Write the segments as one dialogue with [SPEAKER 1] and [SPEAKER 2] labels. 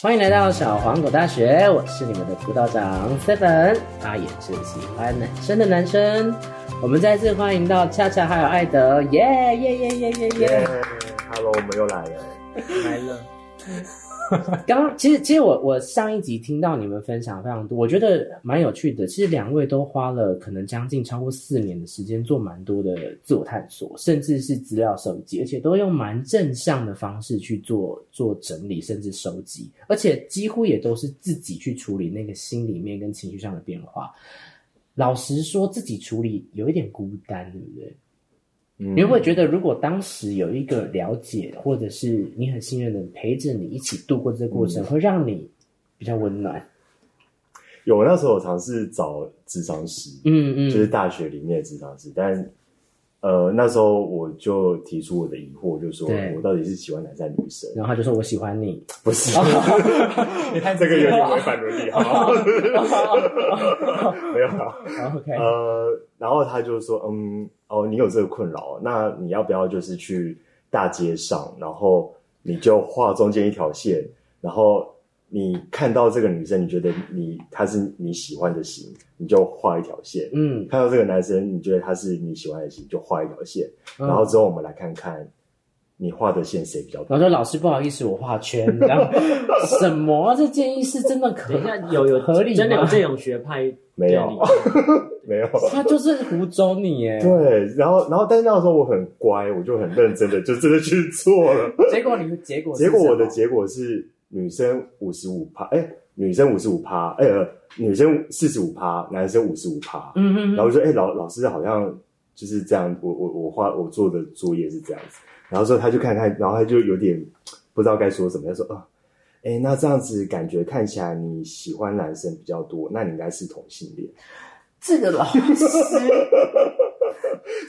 [SPEAKER 1] 欢迎来到小黄狗大学，我是你们的辅导长 Seven，他也是喜欢男生的男生。我们再次欢迎到恰恰还有艾德，耶耶耶耶耶耶！
[SPEAKER 2] Hello，我们又来了。
[SPEAKER 3] 来了，
[SPEAKER 1] 刚刚其实其实我我上一集听到你们分享非常多，我觉得蛮有趣的。其实两位都花了可能将近超过四年的时间，做蛮多的自我探索，甚至是资料收集，而且都用蛮正向的方式去做做整理，甚至收集，而且几乎也都是自己去处理那个心里面跟情绪上的变化。老实说，自己处理有一点孤单，对不对？
[SPEAKER 2] 嗯
[SPEAKER 1] 你会不会觉得，如果当时有一个了解，或者是你很信任的人陪着你一起度过这个过程，会让你比较温暖？
[SPEAKER 2] 有那时候我尝试找智商师，
[SPEAKER 1] 嗯嗯，
[SPEAKER 2] 就是大学里面的智商师，但呃那时候我就提出我的疑惑，就说
[SPEAKER 1] 对
[SPEAKER 2] 我到底是喜欢男生还是 女生？
[SPEAKER 1] 然后他就说我喜欢你，
[SPEAKER 2] 不是，
[SPEAKER 3] 你 看
[SPEAKER 2] 这个有点违反伦理哈， 没有啦。
[SPEAKER 1] 然后 OK，
[SPEAKER 2] 呃，然后他就说，嗯，哦，你有这个困扰，那你要不要就是去大街上，然后你就画中间一条线，然后你看到这个女生，你觉得你她是你喜欢的型，你就画一条线；
[SPEAKER 1] 嗯，
[SPEAKER 2] 看到这个男生，你觉得他是你喜欢的型，就画一条线。
[SPEAKER 1] 嗯
[SPEAKER 2] 然后之后我们来看看你画的线谁比较多。
[SPEAKER 1] 然后说老师不好意思，我画圈，然后什么啊这建议是真的可
[SPEAKER 3] 等一下，有有
[SPEAKER 1] 合理吗
[SPEAKER 3] 真的有这种学派
[SPEAKER 2] 没有
[SPEAKER 3] 店里，
[SPEAKER 1] 嗯
[SPEAKER 2] 没有。
[SPEAKER 1] 他就是湖州你耶，
[SPEAKER 2] 对，然后，然后，但是那时候我很乖，我就很认真的，就真的去做了。
[SPEAKER 1] 结果你结果是
[SPEAKER 2] 结果我的
[SPEAKER 1] 什么
[SPEAKER 2] 结果是女生五十五趴，哎、女生五十五趴，哎、呃女生四十五趴，男生五十五趴。
[SPEAKER 1] 嗯嗯
[SPEAKER 2] 然后我就说，哎、老老师好像就是这样，我我我画我做的作业是这样子。然后之后他就看看，然后他就有点不知道该说什么，他说啊，哎、那这样子感觉看起来你喜欢男生比较多，那你应该是同性恋。
[SPEAKER 1] 这个老师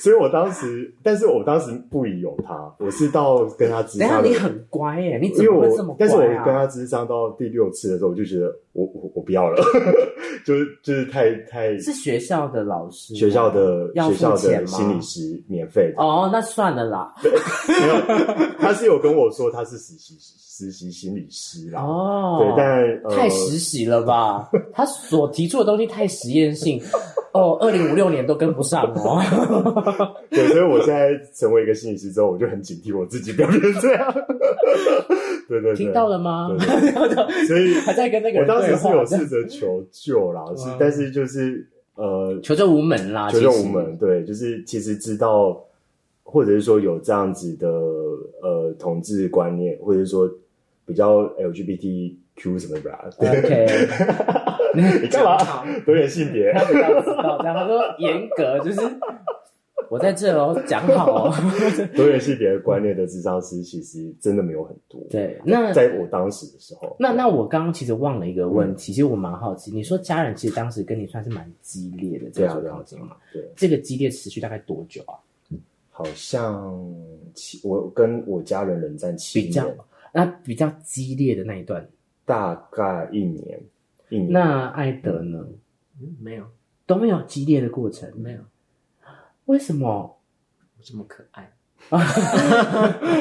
[SPEAKER 2] 所以我当时，但是我当时不疑有他，我是到跟他 知
[SPEAKER 1] 等一下
[SPEAKER 2] 道
[SPEAKER 1] 你很乖耶，你怎
[SPEAKER 2] 因为
[SPEAKER 1] 么
[SPEAKER 2] 我
[SPEAKER 1] 会这么乖
[SPEAKER 2] 但是我跟
[SPEAKER 1] 啊？
[SPEAKER 2] 他智商到第六次的时候，我就觉得我我我不要了， 就是就是太太
[SPEAKER 1] 是学校的老师吗，
[SPEAKER 2] 学校的
[SPEAKER 1] 要
[SPEAKER 2] 学校
[SPEAKER 1] 付钱
[SPEAKER 2] 的
[SPEAKER 1] 吗
[SPEAKER 2] 心理师免费的，
[SPEAKER 1] 哦，那算了啦。
[SPEAKER 2] 没有，他是有跟我说他是实习实习心理师啦，
[SPEAKER 1] 哦，
[SPEAKER 2] 对，但呃
[SPEAKER 1] 太实习了吧？他所提出的东西太实验性，哦，二零五六年都跟不上哦。
[SPEAKER 2] 对，所以我现在成为一个心理师之后，我就很警惕我自己不要变成这样， 对 对对，
[SPEAKER 1] 听到了吗？
[SPEAKER 2] 对对，所以
[SPEAKER 1] 还在跟那个
[SPEAKER 2] 我
[SPEAKER 1] 人
[SPEAKER 2] 当
[SPEAKER 1] 对
[SPEAKER 2] 时是
[SPEAKER 1] 话
[SPEAKER 2] 有试着求救啦，是
[SPEAKER 1] 嗯
[SPEAKER 2] 但是就是呃
[SPEAKER 1] 求救无门啦，
[SPEAKER 2] 求救
[SPEAKER 1] 啊其
[SPEAKER 2] 无
[SPEAKER 1] 实
[SPEAKER 2] 门，。对，就是其实知道，或者是说有这样子的呃统治观念，或者是说比较 LGBTQ 什么的吧，对，
[SPEAKER 1] OK，
[SPEAKER 2] 你干嘛
[SPEAKER 3] 好
[SPEAKER 2] 有点性别？
[SPEAKER 1] 他比较知道，这样他说严格就是我在这哦，讲好 哦。
[SPEAKER 2] 多元性别观念的智商师其实真的没有很多。，
[SPEAKER 1] 对，那
[SPEAKER 2] 在嗯我当时的时候，
[SPEAKER 1] 那那我刚刚其实忘了一个问题，其实我蛮好奇，你说家人其实当时跟你算是蛮激烈的
[SPEAKER 2] 对
[SPEAKER 1] 这
[SPEAKER 2] 啊，
[SPEAKER 1] 种
[SPEAKER 2] 对
[SPEAKER 1] 靠
[SPEAKER 2] 啊，
[SPEAKER 1] 近嘛？
[SPEAKER 2] 对，
[SPEAKER 1] 这个激烈持续大概多久啊？
[SPEAKER 2] 好像七，我跟我家人冷战七
[SPEAKER 1] 比较
[SPEAKER 2] 年，
[SPEAKER 1] 那比较激烈的那一段，
[SPEAKER 2] 大概一年，一年。
[SPEAKER 1] 那艾德呢
[SPEAKER 3] 嗯没有
[SPEAKER 1] 都没有激烈的过程，
[SPEAKER 3] 没有
[SPEAKER 1] 为什么？
[SPEAKER 3] 这么可爱，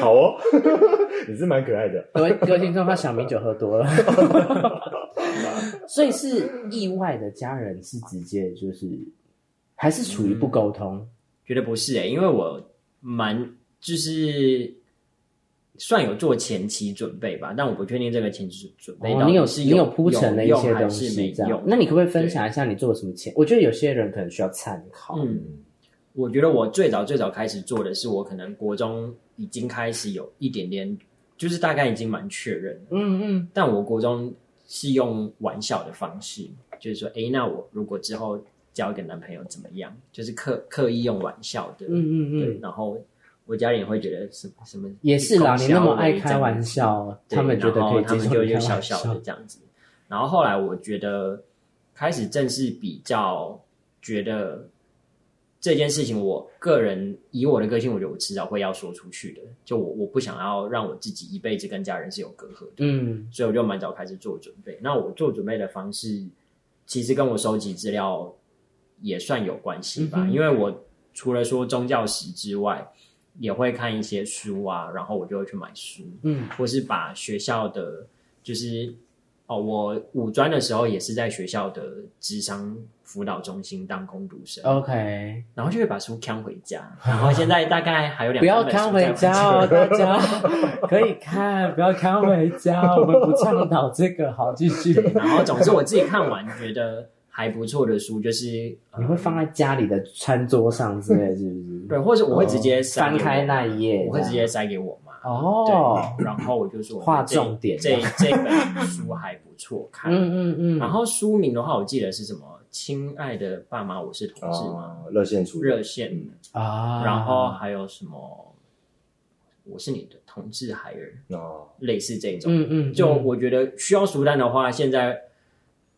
[SPEAKER 2] 好哦， 你是蛮可爱的。
[SPEAKER 1] 各位各位听众，他小米酒喝多了， 所以是意外的家人是直接就是还是处于不沟通，
[SPEAKER 3] 觉得不是哎、因为我蛮就是算有做前期准备吧，但我不确定这个前期准备
[SPEAKER 1] 哦
[SPEAKER 3] 到
[SPEAKER 1] 你有
[SPEAKER 3] 底嗯是
[SPEAKER 1] 你有铺陈的一
[SPEAKER 3] 有
[SPEAKER 1] 些
[SPEAKER 3] 用还
[SPEAKER 1] 东
[SPEAKER 3] 是没
[SPEAKER 1] 西，这样
[SPEAKER 3] 用。。
[SPEAKER 1] 那你可不可以分享一下你做了什么前？我觉得有些人可能需要参考。
[SPEAKER 3] 嗯，我觉得我最早最早开始做的是，我可能国中已经开始有一点点，就是大概已经蛮确认了。
[SPEAKER 1] 嗯嗯
[SPEAKER 3] 但我国中是用玩笑的方式，就是说，诶，那我如果之后交一个男朋友怎么样？就是刻刻意用玩笑的，
[SPEAKER 1] 嗯嗯
[SPEAKER 3] 对。
[SPEAKER 1] 嗯，
[SPEAKER 3] 然后我家人也会觉得什么什么
[SPEAKER 1] 也是啦，你那么爱开玩
[SPEAKER 3] 笑。
[SPEAKER 1] 笑，
[SPEAKER 3] 对
[SPEAKER 1] 他们觉得
[SPEAKER 3] 然
[SPEAKER 1] 可
[SPEAKER 3] 后
[SPEAKER 1] 以
[SPEAKER 3] 他
[SPEAKER 1] 接
[SPEAKER 3] 们
[SPEAKER 1] 受
[SPEAKER 3] 就
[SPEAKER 1] 你
[SPEAKER 3] 就
[SPEAKER 1] 开
[SPEAKER 3] 小
[SPEAKER 1] 玩
[SPEAKER 3] 小
[SPEAKER 1] 笑
[SPEAKER 3] 的。这样子。然后后来我觉得开始正式比较觉得这件事情，我个人以我的个性，我觉得我迟早会要说出去的。就我我不想要让我自己一辈子跟家人是有隔阂的，
[SPEAKER 1] 嗯
[SPEAKER 3] 所以我就蛮早开始做准备。那我做准备的方式，其实跟我收集资料也算有关系吧，
[SPEAKER 1] 嗯哼
[SPEAKER 3] 因为我除了说宗教史之外，也会看一些书啊，然后我就会去买书。
[SPEAKER 1] 嗯
[SPEAKER 3] 或是把学校的就是哦，我五专的时候也是在学校的智商辅导中心当工读生，
[SPEAKER 1] 哦 OK，
[SPEAKER 3] 然后就会把书扛回家，然后现在大概还有 两
[SPEAKER 1] 不要
[SPEAKER 3] 三本
[SPEAKER 1] 看
[SPEAKER 3] 书在
[SPEAKER 1] 回家
[SPEAKER 3] 我
[SPEAKER 1] 哦，大家可以看，不要看回家，我们不倡导这个。好，继续。
[SPEAKER 3] 然后总之我自己看完觉得还不错的书，就是、呃
[SPEAKER 1] 你会放在家里的餐桌上之类，是不是？
[SPEAKER 3] 对，或者我会直接塞
[SPEAKER 1] 哦翻
[SPEAKER 3] 给我
[SPEAKER 1] 开
[SPEAKER 3] 妈
[SPEAKER 1] 那一页，
[SPEAKER 3] 我会直接塞给我妈。
[SPEAKER 1] 哦，
[SPEAKER 3] 对，然后我就说
[SPEAKER 1] 划
[SPEAKER 3] 这
[SPEAKER 1] 重点
[SPEAKER 3] 这 这本书还不错看。
[SPEAKER 1] 嗯嗯嗯，
[SPEAKER 3] 然后书名的话，我记得是什么？亲爱的爸妈，我是同志
[SPEAKER 1] 哦
[SPEAKER 3] 吗？
[SPEAKER 2] 啊，热线处理
[SPEAKER 3] 热线，
[SPEAKER 1] 啊，
[SPEAKER 3] 然后还有什么？我是你的同志孩儿，
[SPEAKER 2] 哦，
[SPEAKER 3] 类似这种。
[SPEAKER 1] 嗯嗯，
[SPEAKER 3] 就
[SPEAKER 1] 嗯
[SPEAKER 3] 我觉得需要熟蛋的话，现在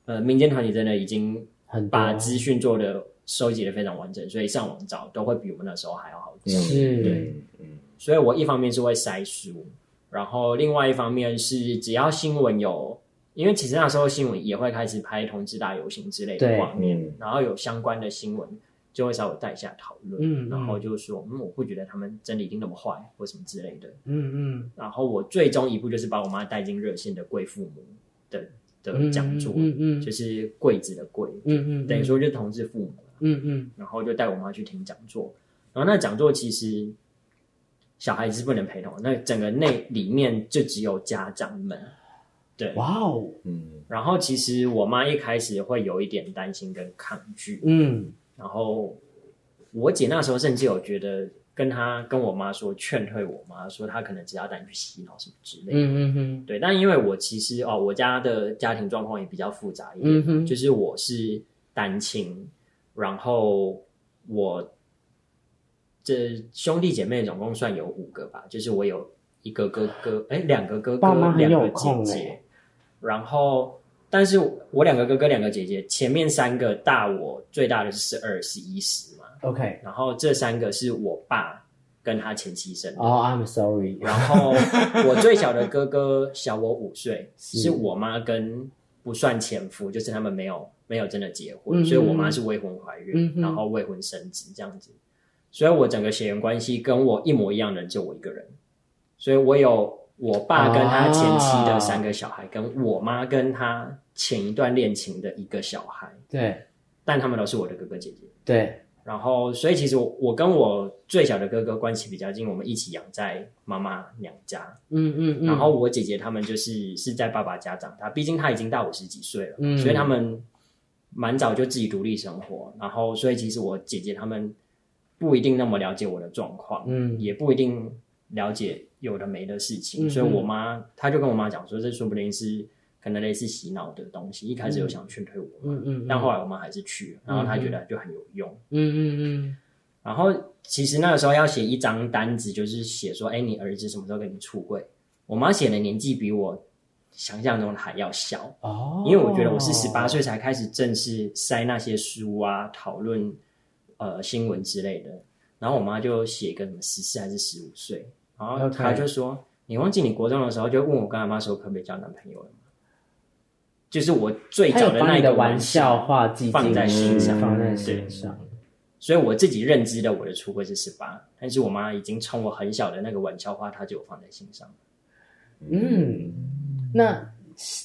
[SPEAKER 3] 呃民间团体真的已经
[SPEAKER 1] 很多
[SPEAKER 3] 把资讯做的收集的非常完整，所以上网找都会比我们那时候还要好找。
[SPEAKER 1] 是
[SPEAKER 2] 嗯嗯
[SPEAKER 3] 所以我一方面是会筛书，然后另外一方面是只要新闻有，因为其实那时候新闻也会开始拍同志大游行之类的
[SPEAKER 1] 对
[SPEAKER 3] 画面，
[SPEAKER 2] 嗯
[SPEAKER 3] 然后有相关的新闻就会稍微带一下讨论，
[SPEAKER 1] 嗯嗯
[SPEAKER 3] 然后就说嗯，我不觉得他们真的一定那么坏或什么之类的。
[SPEAKER 1] 嗯嗯
[SPEAKER 3] 然后我最终一步就是把我妈带进热线的贵父母的的
[SPEAKER 1] 嗯
[SPEAKER 3] 讲座，
[SPEAKER 1] 嗯嗯嗯
[SPEAKER 3] 就是贵子的贵，
[SPEAKER 1] 嗯嗯，
[SPEAKER 3] 等于说就是同志父母。
[SPEAKER 1] 嗯嗯
[SPEAKER 3] 然后就带我妈去听讲座。然后那讲座其实小孩子是不能陪同，那整个那里面就只有家长们。对，
[SPEAKER 1] 哇哦，
[SPEAKER 2] 嗯
[SPEAKER 3] 然后其实我妈一开始会有一点担心跟抗拒，
[SPEAKER 1] 嗯
[SPEAKER 3] 然后我姐那时候甚至有觉得跟她跟我妈说劝退我妈说她可能只要带你去洗脑什么之类
[SPEAKER 1] 嗯
[SPEAKER 3] 的。
[SPEAKER 1] 嗯嗯
[SPEAKER 3] 对，但因为我其实哦，我家的家庭状况也比较复杂一点，
[SPEAKER 1] 嗯哼
[SPEAKER 3] 就是我是单亲，然后我这兄弟姐妹总共算有五个吧，就是我有一个哥哥，哎，两个哥哥
[SPEAKER 1] 爸妈，很
[SPEAKER 3] 两
[SPEAKER 1] 有
[SPEAKER 3] 个姐
[SPEAKER 1] 空
[SPEAKER 3] 姐
[SPEAKER 1] 欸，
[SPEAKER 3] 然后但是我两个哥哥，两个姐姐，前面三个大我最大的是十二、十一、十嘛，
[SPEAKER 1] ，OK，
[SPEAKER 3] 然后这三个是我爸跟他前妻生的。
[SPEAKER 1] 哦，I'm sorry，
[SPEAKER 3] 然后我最小的哥哥小我五岁，
[SPEAKER 1] 是
[SPEAKER 3] 是我妈跟不算前夫，就是他们没有没有真的结婚，
[SPEAKER 1] 嗯
[SPEAKER 3] 所以我妈是未婚怀孕
[SPEAKER 1] 嗯，哼
[SPEAKER 3] 然后未婚生子这样子。所以我整个血缘关系跟我一模一样的人就我一个人，所以我有我爸跟他前妻
[SPEAKER 1] 啊
[SPEAKER 3] 的三个小孩，跟我妈跟他前一段恋情的一个小孩，
[SPEAKER 1] 对
[SPEAKER 3] 但他们都是我的哥哥姐姐。
[SPEAKER 1] 对，
[SPEAKER 3] 然后，所以其实我我跟我最小的哥哥关系比较近，我们一起养在妈妈娘家。
[SPEAKER 1] 嗯嗯嗯，
[SPEAKER 3] 然后我姐姐他们就是是在爸爸家长大，毕竟他已经大我十几岁了，
[SPEAKER 1] 嗯
[SPEAKER 3] 所以他们蛮早就自己独立生活。然后，所以其实我姐姐他们不一定那么了解我的状况，
[SPEAKER 1] 嗯
[SPEAKER 3] 也不一定了解有的没的事情。
[SPEAKER 1] 嗯
[SPEAKER 3] 所以我妈她就跟我妈讲说，这说不定是可能类似洗脑的东西。一开始有想劝退我妈，
[SPEAKER 1] 嗯嗯，
[SPEAKER 3] 但后来我妈还是去了，然后她觉得就很有用。
[SPEAKER 1] 嗯嗯
[SPEAKER 3] 然后其实那个时候要写一张单子，就是写说，哎，你儿子什么时候跟你出柜？我妈写的年纪比我想象中的还要小，
[SPEAKER 1] 嗯，哦，
[SPEAKER 3] 因为我觉得我是十八岁才开始正式塞那些书啊、讨论呃新闻之类的。然后我妈就写个什么十四还是十五岁，然后
[SPEAKER 1] OK
[SPEAKER 3] 她就说你忘记你国中的时候就问我跟阿妈说可不可以交男朋友了吗？”就是我最
[SPEAKER 1] 他
[SPEAKER 3] 早
[SPEAKER 1] 有
[SPEAKER 3] 的
[SPEAKER 1] 把
[SPEAKER 3] 那
[SPEAKER 1] 你
[SPEAKER 3] 一个
[SPEAKER 1] 的玩笑
[SPEAKER 3] 笑，
[SPEAKER 1] 话记嗯
[SPEAKER 3] 放在心
[SPEAKER 2] 上
[SPEAKER 1] 放在心上。
[SPEAKER 3] 所以我自己认知的我的出柜是十八，但是我妈已经从我很小的那个玩笑话，她就有放在心上。
[SPEAKER 1] 嗯，那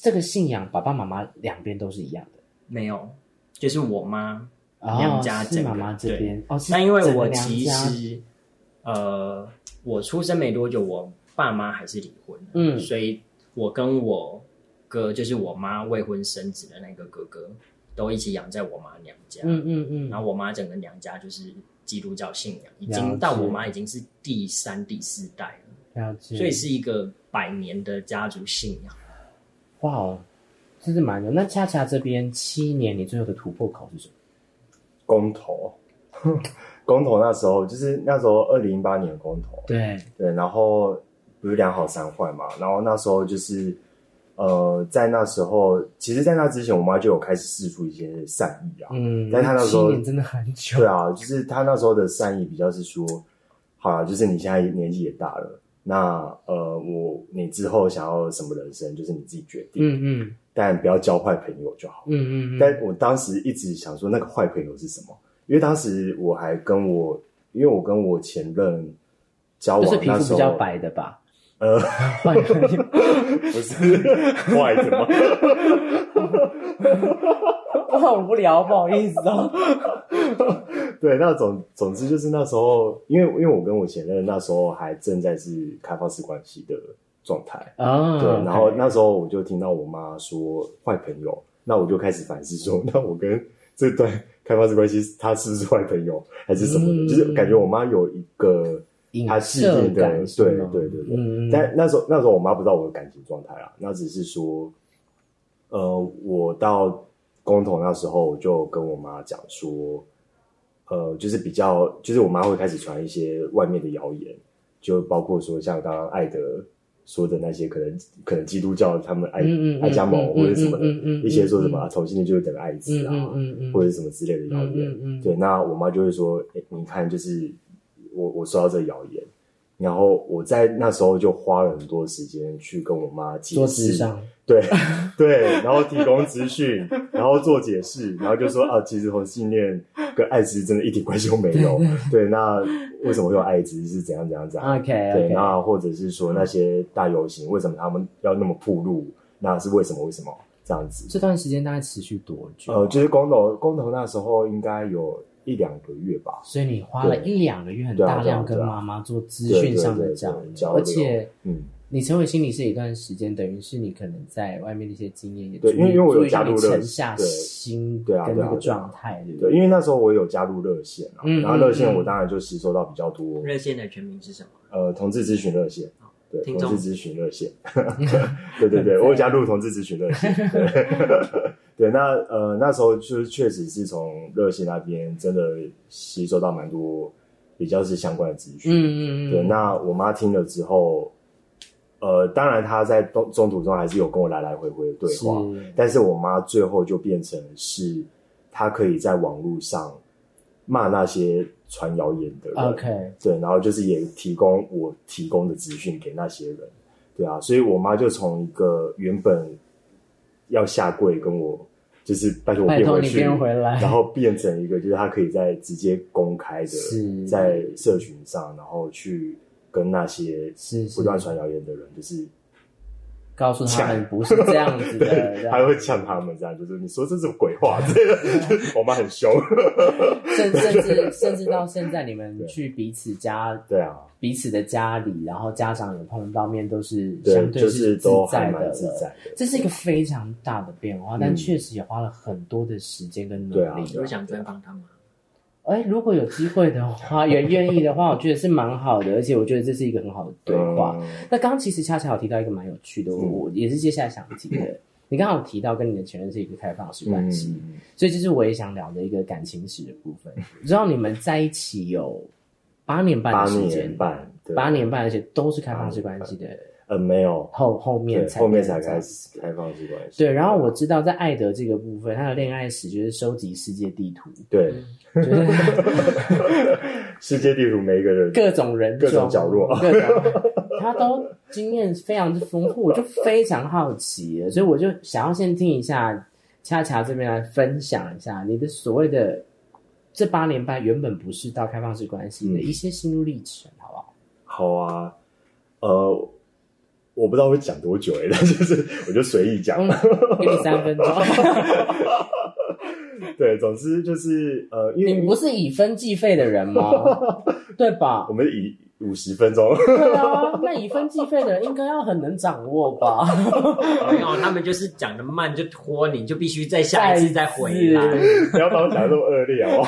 [SPEAKER 1] 这个信仰，爸爸妈妈两边都是一样的。
[SPEAKER 3] 没有，就是我妈
[SPEAKER 1] 哦
[SPEAKER 3] 娘家
[SPEAKER 1] 是
[SPEAKER 3] 整个
[SPEAKER 1] 妈妈这
[SPEAKER 3] 对
[SPEAKER 1] 边哦，是
[SPEAKER 3] 那因为
[SPEAKER 1] 整个
[SPEAKER 3] 我
[SPEAKER 1] 娘
[SPEAKER 3] 其
[SPEAKER 1] 家
[SPEAKER 3] 实，呃，我出生没多久，我爸妈还是离婚了，
[SPEAKER 1] 嗯
[SPEAKER 3] 所以我跟我哥，就是我妈未婚生子的那个哥哥，都一起养在我妈娘家。
[SPEAKER 1] 嗯嗯嗯，
[SPEAKER 3] 然后我妈整个娘家就是基督教信仰，已
[SPEAKER 1] 了
[SPEAKER 3] 经
[SPEAKER 1] 解
[SPEAKER 3] 到我妈已经是第三、第四代了，
[SPEAKER 1] 了解。
[SPEAKER 3] 所以是一个百年的家族信仰。
[SPEAKER 1] 哇哦，这是蛮多。那恰恰这边七年，你最后的突破口是什么？
[SPEAKER 2] 公投， 公投那时候就是那时候二零零八年的公投，
[SPEAKER 1] 对，
[SPEAKER 2] 对，然后不是两好三坏嘛，然后那时候就是呃，在那时候，其实，在那之前，我妈就有开始试出一些善意啊，
[SPEAKER 1] 嗯，
[SPEAKER 2] 但他那时候
[SPEAKER 1] 七年真的很久。
[SPEAKER 2] 对啊，就是她那时候的善意比较是说，好啦，就是你现在年纪也大了，那呃，我你之后想要什么人生，就是你自己决定，
[SPEAKER 1] 嗯嗯
[SPEAKER 2] 但不要交坏朋友就好。
[SPEAKER 1] 嗯嗯嗯，
[SPEAKER 2] 但我当时一直想说，那个坏朋友是什么？因为当时我还跟我，因为我跟我前任交
[SPEAKER 1] 就是
[SPEAKER 2] 往
[SPEAKER 1] 皮
[SPEAKER 2] 那
[SPEAKER 1] 肤
[SPEAKER 2] 时
[SPEAKER 1] 比较
[SPEAKER 2] 候，
[SPEAKER 1] 白的吧？
[SPEAKER 2] 呃，
[SPEAKER 1] 换一个
[SPEAKER 2] 不是坏的吗？
[SPEAKER 1] 我好无聊，不好意思哦。
[SPEAKER 2] 对，那总总之就是那时候，因为因为我跟我前任那时候还正在是开放式关系的状态，
[SPEAKER 1] 啊，
[SPEAKER 2] 对，然后那时候我就听到我妈说坏朋友，那我就开始反思说，那我跟这段开放式关系，他是不是坏朋友还是什么的？
[SPEAKER 1] 嗯
[SPEAKER 2] 就是感觉我妈有一个
[SPEAKER 1] 影
[SPEAKER 2] 她既
[SPEAKER 1] 射
[SPEAKER 2] 定的
[SPEAKER 1] 感，
[SPEAKER 2] 对
[SPEAKER 1] 是吗
[SPEAKER 2] 对对对。
[SPEAKER 1] 嗯，
[SPEAKER 2] 但那时候那时候我妈不知道我的感情状态啦，那只是说，呃，我到公投那时候，我就跟我妈讲说，呃，就是比较，就是我妈会开始传一些外面的谣言，就包括说像刚刚艾德说的那些，可能可能基督教他们爱、
[SPEAKER 1] 嗯嗯嗯
[SPEAKER 2] 爱加盟或者什么的，
[SPEAKER 1] 嗯嗯嗯嗯
[SPEAKER 2] 一些说什么、
[SPEAKER 1] 嗯
[SPEAKER 2] 啊同性恋就是等于爱
[SPEAKER 1] 嗯
[SPEAKER 2] 滋啊，
[SPEAKER 1] 嗯嗯嗯，
[SPEAKER 2] 或者什么之类的谣言。
[SPEAKER 1] 嗯嗯嗯
[SPEAKER 2] 对，那我妈就会说：“哎、你看，就是我我收到这个谣言，然后我在那时候就花了很多时间去跟我妈解
[SPEAKER 1] 桌子
[SPEAKER 2] 释，
[SPEAKER 1] 上，
[SPEAKER 2] 对 对，然后提供资讯，然后做解释，然后就说啊，其实同性恋跟艾滋真的一点关系都没有。对，那为什么会有艾滋是怎样怎样怎样
[SPEAKER 1] 啊 OK，
[SPEAKER 2] 对，
[SPEAKER 1] OK，
[SPEAKER 2] 那或者是说那些大游行为什么他们要那么铺路？那是为什么？为什么这样子？
[SPEAKER 1] 这段时间大概持续多久？啊
[SPEAKER 2] 呃，就是公投，公投那时候应该有一两个月吧。
[SPEAKER 1] 所以你花了
[SPEAKER 2] 对
[SPEAKER 1] 一两个月，很
[SPEAKER 2] 对啊
[SPEAKER 1] 大量跟
[SPEAKER 2] 对啊对啊
[SPEAKER 1] 妈妈做资
[SPEAKER 2] 对
[SPEAKER 1] 讯
[SPEAKER 2] 对
[SPEAKER 1] 上的
[SPEAKER 2] 对
[SPEAKER 1] 交
[SPEAKER 2] 对
[SPEAKER 1] 流，
[SPEAKER 2] 交
[SPEAKER 1] 而
[SPEAKER 2] 流
[SPEAKER 1] 且
[SPEAKER 2] 嗯，
[SPEAKER 1] 你成为心理师一段时间，等于是你可能在外面的一些经验也
[SPEAKER 2] 对
[SPEAKER 1] 足
[SPEAKER 2] 因为
[SPEAKER 1] 以
[SPEAKER 2] 因为我有
[SPEAKER 1] 足以
[SPEAKER 2] 加
[SPEAKER 1] 让你
[SPEAKER 2] 入热
[SPEAKER 1] 沉下
[SPEAKER 2] 对
[SPEAKER 1] 心
[SPEAKER 2] 对啊
[SPEAKER 1] 跟
[SPEAKER 2] 对
[SPEAKER 1] 那
[SPEAKER 2] 啊
[SPEAKER 1] 个
[SPEAKER 2] 对啊
[SPEAKER 1] 状态，对不
[SPEAKER 2] 对，因为那时候我有加入热线啊，
[SPEAKER 1] 嗯
[SPEAKER 2] 然后热线
[SPEAKER 1] 嗯嗯
[SPEAKER 2] 我当然就吸收到比较多，
[SPEAKER 3] 热线的全名是什么？
[SPEAKER 2] 呃，同志咨询热线，
[SPEAKER 1] 哦
[SPEAKER 2] 对，
[SPEAKER 3] 听
[SPEAKER 2] 同
[SPEAKER 3] 众
[SPEAKER 2] 志咨询热 线，对对对，我有加入同志咨询热线，对，对，那呃那时候就是确实是从热线那边真的吸收到蛮多比较是相关的资讯，
[SPEAKER 1] 嗯嗯嗯，
[SPEAKER 2] 对，那我妈听了之后，呃，当然她在中中途中还是有跟我来来回回的对
[SPEAKER 1] 是
[SPEAKER 2] 话，但是我妈最后就变成是，她可以在网络上骂那些传谣言的人
[SPEAKER 1] OK，
[SPEAKER 2] 对，然后就是也提供我提供的资讯给那些人，对啊，所以我妈就从一个原本要下跪跟我。就是拜托我
[SPEAKER 1] 拜
[SPEAKER 2] 变
[SPEAKER 1] 托
[SPEAKER 2] 回
[SPEAKER 1] 你
[SPEAKER 2] 去，
[SPEAKER 1] 变回来
[SPEAKER 2] 然后变成一个就是她可以在直接公开的
[SPEAKER 1] 是
[SPEAKER 2] 在社群上，然后去跟那些
[SPEAKER 1] 是是
[SPEAKER 2] 不断传谣言的人，就是
[SPEAKER 1] 告诉他们不是这样子的， 这样
[SPEAKER 2] 还会呛他们，这样就是你说这是鬼话， 这个我妈很凶。
[SPEAKER 1] 甚甚至甚至到现在，你们去彼此家
[SPEAKER 2] 对啊，
[SPEAKER 1] 彼此的家里，然后家长也碰到面，都是
[SPEAKER 2] 对，
[SPEAKER 1] 相
[SPEAKER 2] 就
[SPEAKER 1] 自
[SPEAKER 2] 都还
[SPEAKER 1] 在的
[SPEAKER 2] 蛮
[SPEAKER 1] 了
[SPEAKER 2] 自在的。
[SPEAKER 1] 这是一个非常大的变化，但
[SPEAKER 2] 嗯
[SPEAKER 1] 确实也花了很多的时间跟努
[SPEAKER 2] 对啊
[SPEAKER 1] 力
[SPEAKER 2] 对
[SPEAKER 3] 有
[SPEAKER 2] 啊。
[SPEAKER 3] 想专访他吗？
[SPEAKER 1] 哎，如果有机会的 话，也愿意的话，我觉得是蛮好的，而且我觉得这是一个很好的对话。
[SPEAKER 2] 嗯
[SPEAKER 1] 那刚刚其实恰恰有提到一个蛮有趣的，我
[SPEAKER 2] 嗯
[SPEAKER 1] 我也是接下来想提的。你刚好有提到跟你的前任是一个开放式关系，
[SPEAKER 2] 嗯
[SPEAKER 1] 所以这是我也想聊的一个感情史的部分。知道你们在一起有八年半
[SPEAKER 2] 八
[SPEAKER 1] 的时
[SPEAKER 2] 年
[SPEAKER 1] 间，
[SPEAKER 2] 半，对
[SPEAKER 1] 八年半，而且都是开放式关系的，
[SPEAKER 2] 呃没有，
[SPEAKER 1] 后后面
[SPEAKER 2] 对
[SPEAKER 1] 才
[SPEAKER 2] 后
[SPEAKER 1] 变
[SPEAKER 2] 面才
[SPEAKER 1] 成这样
[SPEAKER 2] 开始开放式关系。
[SPEAKER 1] 对，然后我知道在艾德这个部分，他的恋爱史就是收集世界地图，
[SPEAKER 2] 对
[SPEAKER 1] 就是
[SPEAKER 2] 世界地图每一个人
[SPEAKER 1] 各种人种
[SPEAKER 2] 各种角落
[SPEAKER 1] 各种他都经验非常之丰富，我 就非常好奇了，所以我就想要先听一下恰恰这边来分享一下你的所谓的这八年半原本不是到开放式关系的
[SPEAKER 2] 嗯
[SPEAKER 1] 一些心路历程，好不 好？
[SPEAKER 2] 好啊，呃，我不知道会讲多久哎、但就是 我就随意讲。
[SPEAKER 1] 嗯，给你三 分钟，
[SPEAKER 2] 对，总之就是呃，因
[SPEAKER 1] 你
[SPEAKER 2] 为
[SPEAKER 1] 不是以分计费的人 吗？对吧
[SPEAKER 2] 我？们以五十分钟，
[SPEAKER 1] 对啊，那以分计费的人应该要很能掌握吧？
[SPEAKER 3] 没有，他们就是讲的慢，就拖你，就必须在 下一次再回来。
[SPEAKER 2] 不要把我讲得那么恶劣哦。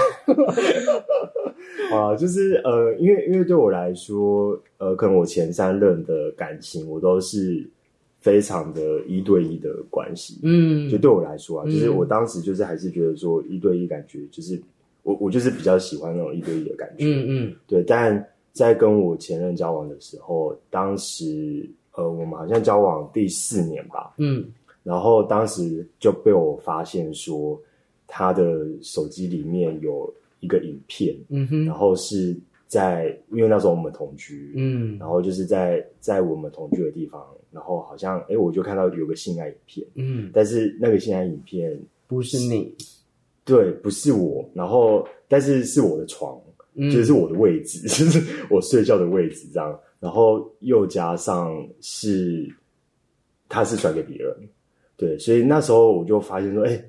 [SPEAKER 2] 啊，就是呃，因为因为对我来说，呃，可能我前三任的感情，我都是非常的一对一的关系。
[SPEAKER 1] 嗯，
[SPEAKER 2] 就对我来说啊，
[SPEAKER 1] 嗯
[SPEAKER 2] 就是我当时就是还是觉得说一对一感觉，就是我我就是比较喜欢那种一对一的感觉。
[SPEAKER 1] 嗯嗯
[SPEAKER 2] 对，但在跟我前任交往的时候，当时呃，我们好像交往第四年吧，
[SPEAKER 1] 嗯，
[SPEAKER 2] 然后当时就被我发现说，他的手机里面有一个影片，
[SPEAKER 1] 嗯
[SPEAKER 2] 然
[SPEAKER 1] 哼，
[SPEAKER 2] 后是在因为那时候我们同居，
[SPEAKER 1] 嗯
[SPEAKER 2] 然后就是在在我们同居的地方，然后好像诶，我就看到有个性爱影片，
[SPEAKER 1] 嗯，
[SPEAKER 2] 但是那个性爱影片
[SPEAKER 1] 不是你，
[SPEAKER 2] 对不是我，然后但是是我的床。
[SPEAKER 1] 嗯
[SPEAKER 2] 就是我的位置，就是我睡觉的位置这样。然后又加上是他是传给别人，对，所以那时候我就发现说，哎、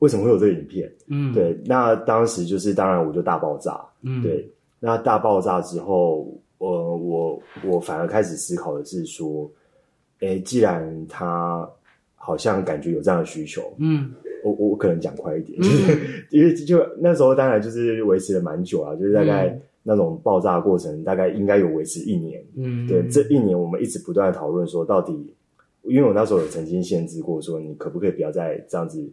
[SPEAKER 2] 为什么会有这个影片？
[SPEAKER 1] 嗯，，
[SPEAKER 2] 对，那当时就是当然我就大爆炸，
[SPEAKER 1] 嗯，
[SPEAKER 2] 对，那大爆炸之后，呃，我我反而开始思考的是说，诶，既然他好像感觉有这样的需求，
[SPEAKER 1] 嗯，
[SPEAKER 2] 我我我可能讲快一点，就是因为就那时候当然就是维持了蛮久啊，就是大概
[SPEAKER 1] 嗯
[SPEAKER 2] 那种爆炸过程大概应该有维持一年，
[SPEAKER 1] 嗯，
[SPEAKER 2] 对，这一年我们一直不断地讨论说，到底，因为我那时候有曾经限制过，说你可不可以不要再这样子，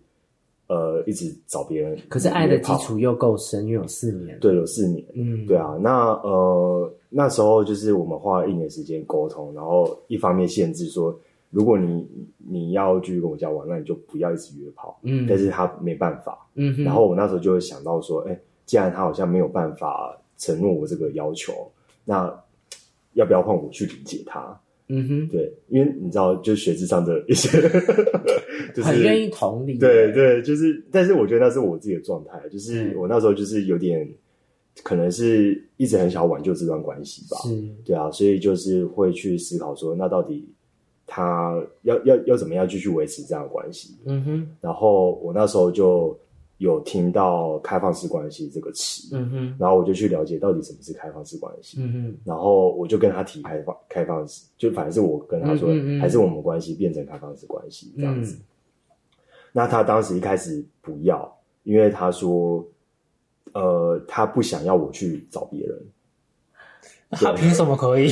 [SPEAKER 2] 呃，一直找别人约炮。
[SPEAKER 1] 可是爱的基础又够深，因为有四年，，
[SPEAKER 2] 对，有四年。
[SPEAKER 1] 嗯，
[SPEAKER 2] 对，啊，那呃那时候就是我们花了一年时间沟通，然后一方面限制说，如果你你要继续跟我交往，那你就不要一直约炮。
[SPEAKER 1] 嗯，
[SPEAKER 2] 但是他没办法，
[SPEAKER 1] 嗯哼，
[SPEAKER 2] 然后我那时候就想到说，哎、既然他好像没有办法承诺我这个要求，那要不要换我去理解他？
[SPEAKER 1] 嗯哼，
[SPEAKER 2] 对，因为你知道，就是学制上的一些， 就是
[SPEAKER 1] 很愿意同理，
[SPEAKER 2] 对，对，就是，但是我觉得那是我自己的状态，就是
[SPEAKER 1] 嗯
[SPEAKER 2] 我那时候就是有点，可能是一直很想挽救这段关系吧，
[SPEAKER 1] 是，
[SPEAKER 2] 对啊，所以就是会去思考说，那到底他要要要怎么样继续维持这样的关系？
[SPEAKER 1] 嗯哼，
[SPEAKER 2] 然后我那时候就有听到“开放式关系”这个词，
[SPEAKER 1] 嗯哼，
[SPEAKER 2] 然后我就去了解到底什么是开放式关系，
[SPEAKER 1] 嗯哼，
[SPEAKER 2] 然后我就跟他提开放开放式，就反正是我跟他说，
[SPEAKER 1] 嗯嗯嗯
[SPEAKER 2] 还是我们关系变成开放式关系这样子。
[SPEAKER 1] 嗯
[SPEAKER 2] 那他当时一开始不要，因为他说，呃，他不想要我去找别人。
[SPEAKER 4] 他凭什么 可以？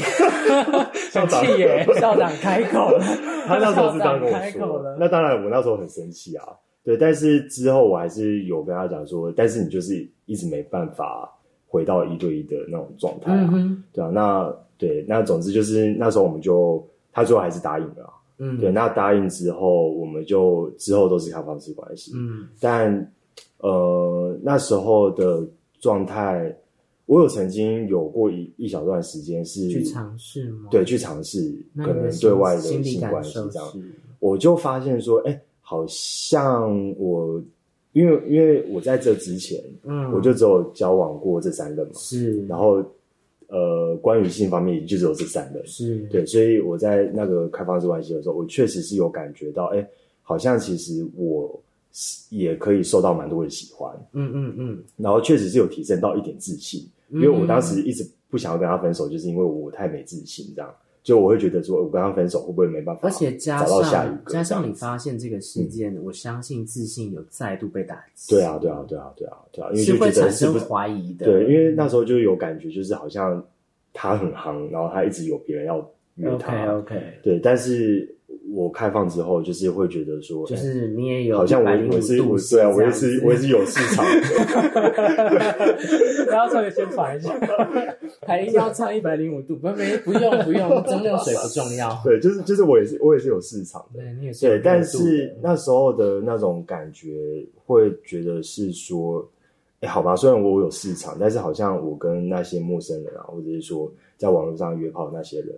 [SPEAKER 2] 校
[SPEAKER 4] 很
[SPEAKER 2] 长
[SPEAKER 4] 气耶！
[SPEAKER 1] 校长开口了，
[SPEAKER 2] 他那时候是这样跟
[SPEAKER 1] 校长开
[SPEAKER 2] 我
[SPEAKER 1] 口
[SPEAKER 2] 说
[SPEAKER 1] 了
[SPEAKER 2] 的，那当然我那时候很生气啊，对，但是之后我还是有跟他讲说，但是你就是一直没办法回到一对一的那种状态啊，
[SPEAKER 1] 嗯哼，
[SPEAKER 2] 对啊，那对，那总之就是那时候我们就他最后还是答应了啊、
[SPEAKER 1] 嗯，
[SPEAKER 2] 对，，那答应之后，我们就之后都是开放式关系。
[SPEAKER 1] 嗯
[SPEAKER 2] 但呃，那时候的状态，我有曾经有过一一小段时间是
[SPEAKER 1] 去尝试吗
[SPEAKER 2] 对，去尝试
[SPEAKER 1] 那
[SPEAKER 2] 可
[SPEAKER 1] 你的
[SPEAKER 2] 能
[SPEAKER 1] 心
[SPEAKER 2] 对外的
[SPEAKER 1] 心理
[SPEAKER 2] 性
[SPEAKER 1] 感
[SPEAKER 2] 关系
[SPEAKER 1] 受
[SPEAKER 2] 这样，
[SPEAKER 1] 是，
[SPEAKER 2] 我就发现说，哎、好像我因为因为我在这之前，
[SPEAKER 1] 嗯，
[SPEAKER 2] 我就只有交往过这三任嘛，
[SPEAKER 1] 是，
[SPEAKER 2] 然后呃，关于性方面也就只有这三任，
[SPEAKER 1] 是，，
[SPEAKER 2] 对，所以我在那个开放式关系的时候，我确实是有感觉到，哎，好像其实我是也可以受到蛮多人喜欢，
[SPEAKER 1] 嗯嗯嗯，
[SPEAKER 2] 然后确实是有提升到一点自信，因为我当时一直不想要跟他分手，就是因为我太没自信，这样，就我会觉得说我跟他分手会不会没办法，
[SPEAKER 1] 而且加
[SPEAKER 2] 啊找到下一
[SPEAKER 1] 上
[SPEAKER 2] 个，
[SPEAKER 1] 加上你
[SPEAKER 2] 这样子
[SPEAKER 1] 发现这个事件，我相信自信有再度被打击。
[SPEAKER 2] 对啊，对啊，对啊，对啊，对啊，因为
[SPEAKER 1] 是
[SPEAKER 2] 就
[SPEAKER 1] 会
[SPEAKER 2] 觉得
[SPEAKER 1] 产
[SPEAKER 2] 是
[SPEAKER 1] 生
[SPEAKER 2] 不是
[SPEAKER 1] 怀疑的。
[SPEAKER 2] 对，因为那时候就有感觉，就是好像他很夯，然后他一直有别人要约他
[SPEAKER 1] OK OK，
[SPEAKER 2] 对，但是我开放之后，就是会觉得说，
[SPEAKER 1] 就
[SPEAKER 2] 哎
[SPEAKER 1] 是你也有
[SPEAKER 2] 好像我
[SPEAKER 1] 150
[SPEAKER 2] 我是
[SPEAKER 1] 度
[SPEAKER 2] 我
[SPEAKER 1] 线
[SPEAKER 2] 对啊，我
[SPEAKER 1] 这
[SPEAKER 2] 也
[SPEAKER 1] 样
[SPEAKER 2] 是
[SPEAKER 1] 子
[SPEAKER 2] 我也是有市场 的，
[SPEAKER 4] 然后这里宣传一下，
[SPEAKER 1] 还硬要唱一百零五度，不没不用不用，蒸馏水不重要。
[SPEAKER 2] 对，就是就是我也是我也是有市场的，
[SPEAKER 1] 对，你也是有
[SPEAKER 2] 对，但
[SPEAKER 1] 热度的
[SPEAKER 2] 是那时候的那种感觉会觉得是说，哎，好吧，虽然我有市场，但是好像我跟那些陌生人啊，或者是说在网络上约炮的那些人，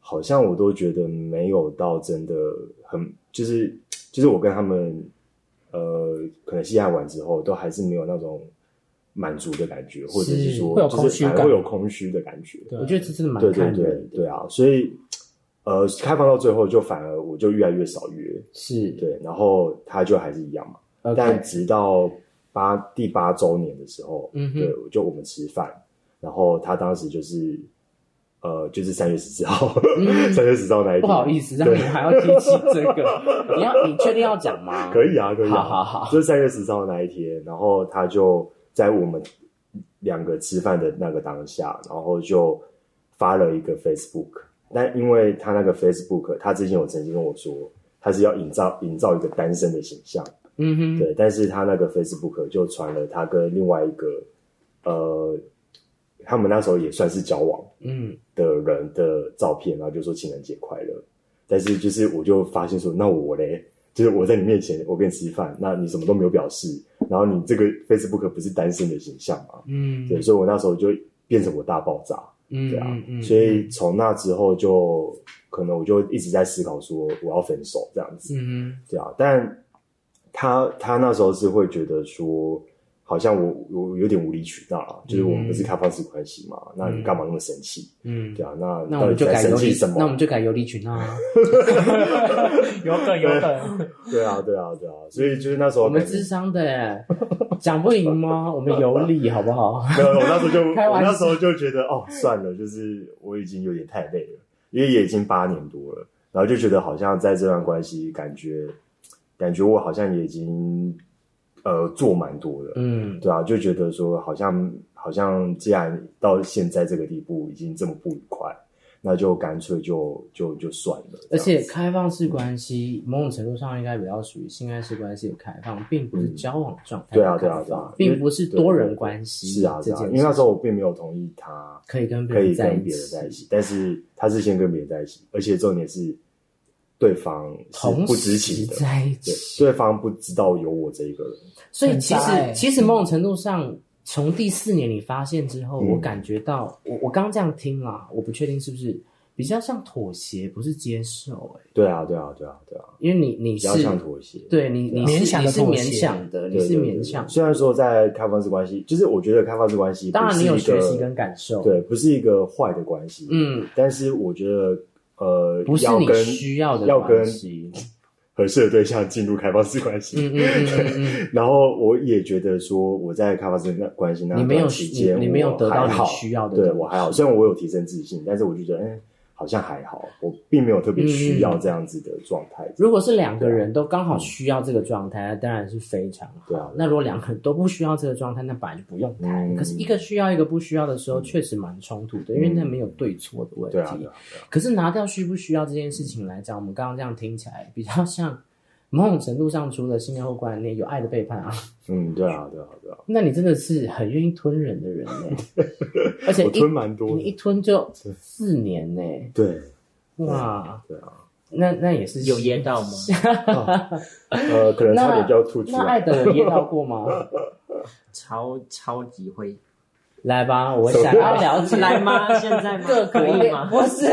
[SPEAKER 2] 好像我都觉得没有到真的很，就是就是我跟他们，呃，可能性爱完之后，都还是没有那种满足的感觉，或者
[SPEAKER 1] 是
[SPEAKER 2] 是说
[SPEAKER 4] 会有
[SPEAKER 2] 就是
[SPEAKER 4] 空虚
[SPEAKER 2] 反而
[SPEAKER 4] 感
[SPEAKER 2] 会有空虚的感觉，
[SPEAKER 4] 对
[SPEAKER 1] 我觉得这真的蛮
[SPEAKER 2] 对对
[SPEAKER 1] 看
[SPEAKER 2] 对
[SPEAKER 1] 人的，
[SPEAKER 2] 对啊，所以呃，开放到最后就反而我就越来越少约，
[SPEAKER 1] 是，
[SPEAKER 2] 对，然后他就还是一样嘛。
[SPEAKER 1] OK，
[SPEAKER 2] 但直到八第八周年的时候，
[SPEAKER 1] 嗯哼
[SPEAKER 2] 对，就我们吃饭，然后他当时就是呃，就是三月十四号， 三、月十四号那一
[SPEAKER 1] 嗯不
[SPEAKER 2] 天，
[SPEAKER 1] 好意思，让你还要提起这个，你要你确定要讲吗？
[SPEAKER 2] 可以啊，可以、啊，
[SPEAKER 1] 好好好
[SPEAKER 2] 就是三月十三号那一天，然后他就在我们两个吃饭的那个当下，然后就发了一个 Facebook。但因为他那个 Facebook，他之前有曾经跟我说，他是要营造营造一个单身的形象，
[SPEAKER 1] 嗯哼，
[SPEAKER 2] 对。但是他那个 Facebook 就传了他跟另外一个呃，他们那时候也算是交往
[SPEAKER 1] 嗯，
[SPEAKER 2] 的人的照片，然后就说情人节快乐。但是就是我就发现说，那我嘞，就是我在你面前，我跟你吃饭，那你什么都没有表示，然后你这个 Facebook 不是单身的形象嘛？
[SPEAKER 1] 嗯，
[SPEAKER 2] 对，所以我那时候就变成我大爆炸，
[SPEAKER 1] 嗯，
[SPEAKER 2] 对啊。
[SPEAKER 1] 嗯嗯，
[SPEAKER 2] 所以从那之后就可能我就一直在思考说，我要分手这样子。
[SPEAKER 1] 嗯
[SPEAKER 2] 对啊，但他他那时候是会觉得说，好像我我有点无理取闹了，就是我们不是开放式关系嘛，那你干嘛那么生气？
[SPEAKER 1] 嗯，
[SPEAKER 2] 对啊，那
[SPEAKER 1] 那我
[SPEAKER 2] 到
[SPEAKER 1] 们
[SPEAKER 2] 底
[SPEAKER 1] 就
[SPEAKER 2] 在
[SPEAKER 1] 改
[SPEAKER 2] 生
[SPEAKER 1] 有
[SPEAKER 2] 气
[SPEAKER 1] 理
[SPEAKER 2] 什，么？
[SPEAKER 1] 那我们就改有理取闹啊。
[SPEAKER 4] 有梗有梗，
[SPEAKER 2] 对啊，对 啊，对啊，所以就是那时候
[SPEAKER 1] 我们
[SPEAKER 2] 感觉
[SPEAKER 1] 智商的耶，讲不赢吗？我们有理好不 好？
[SPEAKER 2] 没有，我那时候 就
[SPEAKER 1] 开
[SPEAKER 2] 我
[SPEAKER 1] 玩笑
[SPEAKER 2] 那时候就觉得哦，算了，就是我已经有点太累了，因为也已经八年多了，然后就觉得好像在这段关系，感觉感觉我好像也已经呃做蛮多了，
[SPEAKER 1] 嗯，
[SPEAKER 2] 对啊，就觉得说好像好像既然到现在这个地步，已经这么不愉快，那就干脆就就就算了，
[SPEAKER 1] 而
[SPEAKER 2] 这
[SPEAKER 1] 且
[SPEAKER 2] 样子
[SPEAKER 1] 开放式关系某种程度上应该比较属于性爱式关系的开放，并不是交往状态的
[SPEAKER 2] 对啊
[SPEAKER 1] 开
[SPEAKER 2] 对啊
[SPEAKER 1] 放
[SPEAKER 2] 对啊
[SPEAKER 1] 并不是多人关系
[SPEAKER 2] 是啊是
[SPEAKER 1] 这
[SPEAKER 2] 啊，
[SPEAKER 1] 件
[SPEAKER 2] 因
[SPEAKER 1] 事
[SPEAKER 2] 为那时候我并没有同意他。
[SPEAKER 1] 可以跟别
[SPEAKER 2] 可以
[SPEAKER 1] 人在
[SPEAKER 2] 跟
[SPEAKER 1] 一
[SPEAKER 2] 别人在一
[SPEAKER 1] 起，
[SPEAKER 2] 起，但是他是先跟别人在一起，而且重点是对方是
[SPEAKER 1] 同
[SPEAKER 2] 不
[SPEAKER 1] 时
[SPEAKER 2] 知情的，
[SPEAKER 1] 在一
[SPEAKER 2] 对
[SPEAKER 1] 起，，
[SPEAKER 2] 对方不知道有我这一个人，
[SPEAKER 1] 所以其
[SPEAKER 4] 很渣
[SPEAKER 1] 实
[SPEAKER 4] 欸
[SPEAKER 1] 其实某种程度上，从第四年你发现之后，
[SPEAKER 2] 嗯
[SPEAKER 1] 我感觉到，我我刚这样听啦，我不确定是不是比较像妥协，不是接受、欸，
[SPEAKER 2] 对啊，对啊，对啊，对啊，
[SPEAKER 1] 因为你你
[SPEAKER 2] 比
[SPEAKER 1] 是
[SPEAKER 2] 较像妥协，啊
[SPEAKER 1] 对你你
[SPEAKER 4] 勉
[SPEAKER 1] 是
[SPEAKER 4] 强
[SPEAKER 1] 你
[SPEAKER 4] 的
[SPEAKER 1] 是
[SPEAKER 4] 妥协
[SPEAKER 1] 勉强的，你
[SPEAKER 2] 对，
[SPEAKER 1] 是
[SPEAKER 2] 对对
[SPEAKER 1] 勉强
[SPEAKER 2] 对。虽然说在开放式关系，就是我觉得开放式关系不
[SPEAKER 1] 当然，
[SPEAKER 2] 是
[SPEAKER 1] 你有
[SPEAKER 2] 一个
[SPEAKER 1] 学习跟感受，，
[SPEAKER 2] 对，不是一个坏的关系，，
[SPEAKER 1] 嗯，
[SPEAKER 2] 但是我觉得呃，
[SPEAKER 1] 不是
[SPEAKER 2] 要
[SPEAKER 1] 你
[SPEAKER 2] 跟
[SPEAKER 1] 需要的
[SPEAKER 2] 要
[SPEAKER 1] 关
[SPEAKER 2] 跟
[SPEAKER 1] 系。
[SPEAKER 2] 合适的对象进入开放式关系，
[SPEAKER 1] 嗯嗯嗯嗯
[SPEAKER 2] 然后我也觉得说，我在开发这段关系那
[SPEAKER 1] 嗯，你没有
[SPEAKER 2] 段时间，
[SPEAKER 1] 你你没有得到
[SPEAKER 2] 我
[SPEAKER 1] 你
[SPEAKER 2] 还好
[SPEAKER 1] 需要的东西，
[SPEAKER 2] 对我还好，虽然我有提升自信，但是我就觉得，哎、好像还好，我并没有特别需要这样子的状态。
[SPEAKER 1] 如果是两个人都刚好需要这个状态，那当然是非常好。
[SPEAKER 2] 对啊
[SPEAKER 1] 那如果两个人都不需要这个状态，那本来就不用谈。
[SPEAKER 2] 嗯
[SPEAKER 1] 可是一个需要一个不需要的时候，确实蛮冲突的，因为那没有对错的问题。
[SPEAKER 2] 对啊，对啊，对啊，
[SPEAKER 1] 可是拿掉需不需要这件事情来讲，我们刚刚这样听起来比较像某种程度上，除了性爱或观念，有爱的背叛啊。
[SPEAKER 2] 嗯，对啊，对啊，对啊，
[SPEAKER 1] 那你真的是很愿意吞人的人 呢、而且
[SPEAKER 2] 我
[SPEAKER 1] 一
[SPEAKER 2] 吞蛮多
[SPEAKER 1] 你一
[SPEAKER 2] 的，
[SPEAKER 1] 吞就四年呢、
[SPEAKER 2] 对
[SPEAKER 1] 哇，
[SPEAKER 2] 对啊，
[SPEAKER 1] 那那也是
[SPEAKER 3] 有噎到吗？
[SPEAKER 2] 呃，可能差点就要吐出
[SPEAKER 1] 那爱
[SPEAKER 2] 来。
[SPEAKER 1] 的我噎到过 吗？
[SPEAKER 3] 超超级会
[SPEAKER 1] 来吧，我想要了解
[SPEAKER 3] 来吗？现在吗？
[SPEAKER 1] 各国
[SPEAKER 3] 可以
[SPEAKER 1] 恋
[SPEAKER 3] 吗？
[SPEAKER 1] 不 是，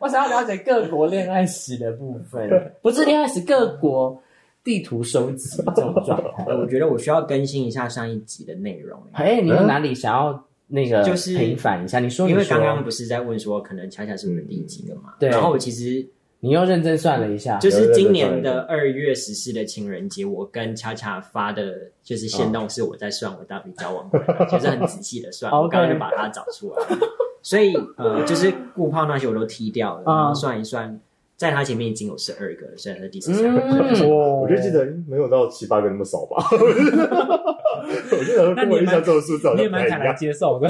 [SPEAKER 1] 我想要了解各国恋爱史的部分，不是恋爱史，各国地图收集这种状态。
[SPEAKER 3] 我觉得我需要更新一下上一集的内容、欸
[SPEAKER 1] 哎，你有
[SPEAKER 2] 嗯
[SPEAKER 1] 哪里想要那个
[SPEAKER 3] 就是
[SPEAKER 1] 平反一下？你说，
[SPEAKER 3] 因为
[SPEAKER 1] 你说
[SPEAKER 3] 刚刚不是在问说，可能恰恰是我们第几个嘛？
[SPEAKER 1] 对
[SPEAKER 3] 然后我其实
[SPEAKER 1] 你又认真算了一下，
[SPEAKER 3] 就是今年的二月十四的情人节，我跟恰恰发的就是线动，是我在算我到底交往过 多久，就是很仔细的算，我
[SPEAKER 1] OK
[SPEAKER 3] 刚刚就把它找出来了。所以呃，就是顾泡那些我都踢掉了，
[SPEAKER 1] 嗯
[SPEAKER 3] 然后算一算，在他前面已经有十二个了，虽然是第十三个。
[SPEAKER 1] 嗯，
[SPEAKER 4] 我
[SPEAKER 2] 我就记得没有到七八个那么少吧，我记得跟我印象中的数字好
[SPEAKER 4] 你也
[SPEAKER 2] 像不太
[SPEAKER 4] 蛮
[SPEAKER 2] 一
[SPEAKER 4] 坦然
[SPEAKER 2] 样。
[SPEAKER 4] 接受的，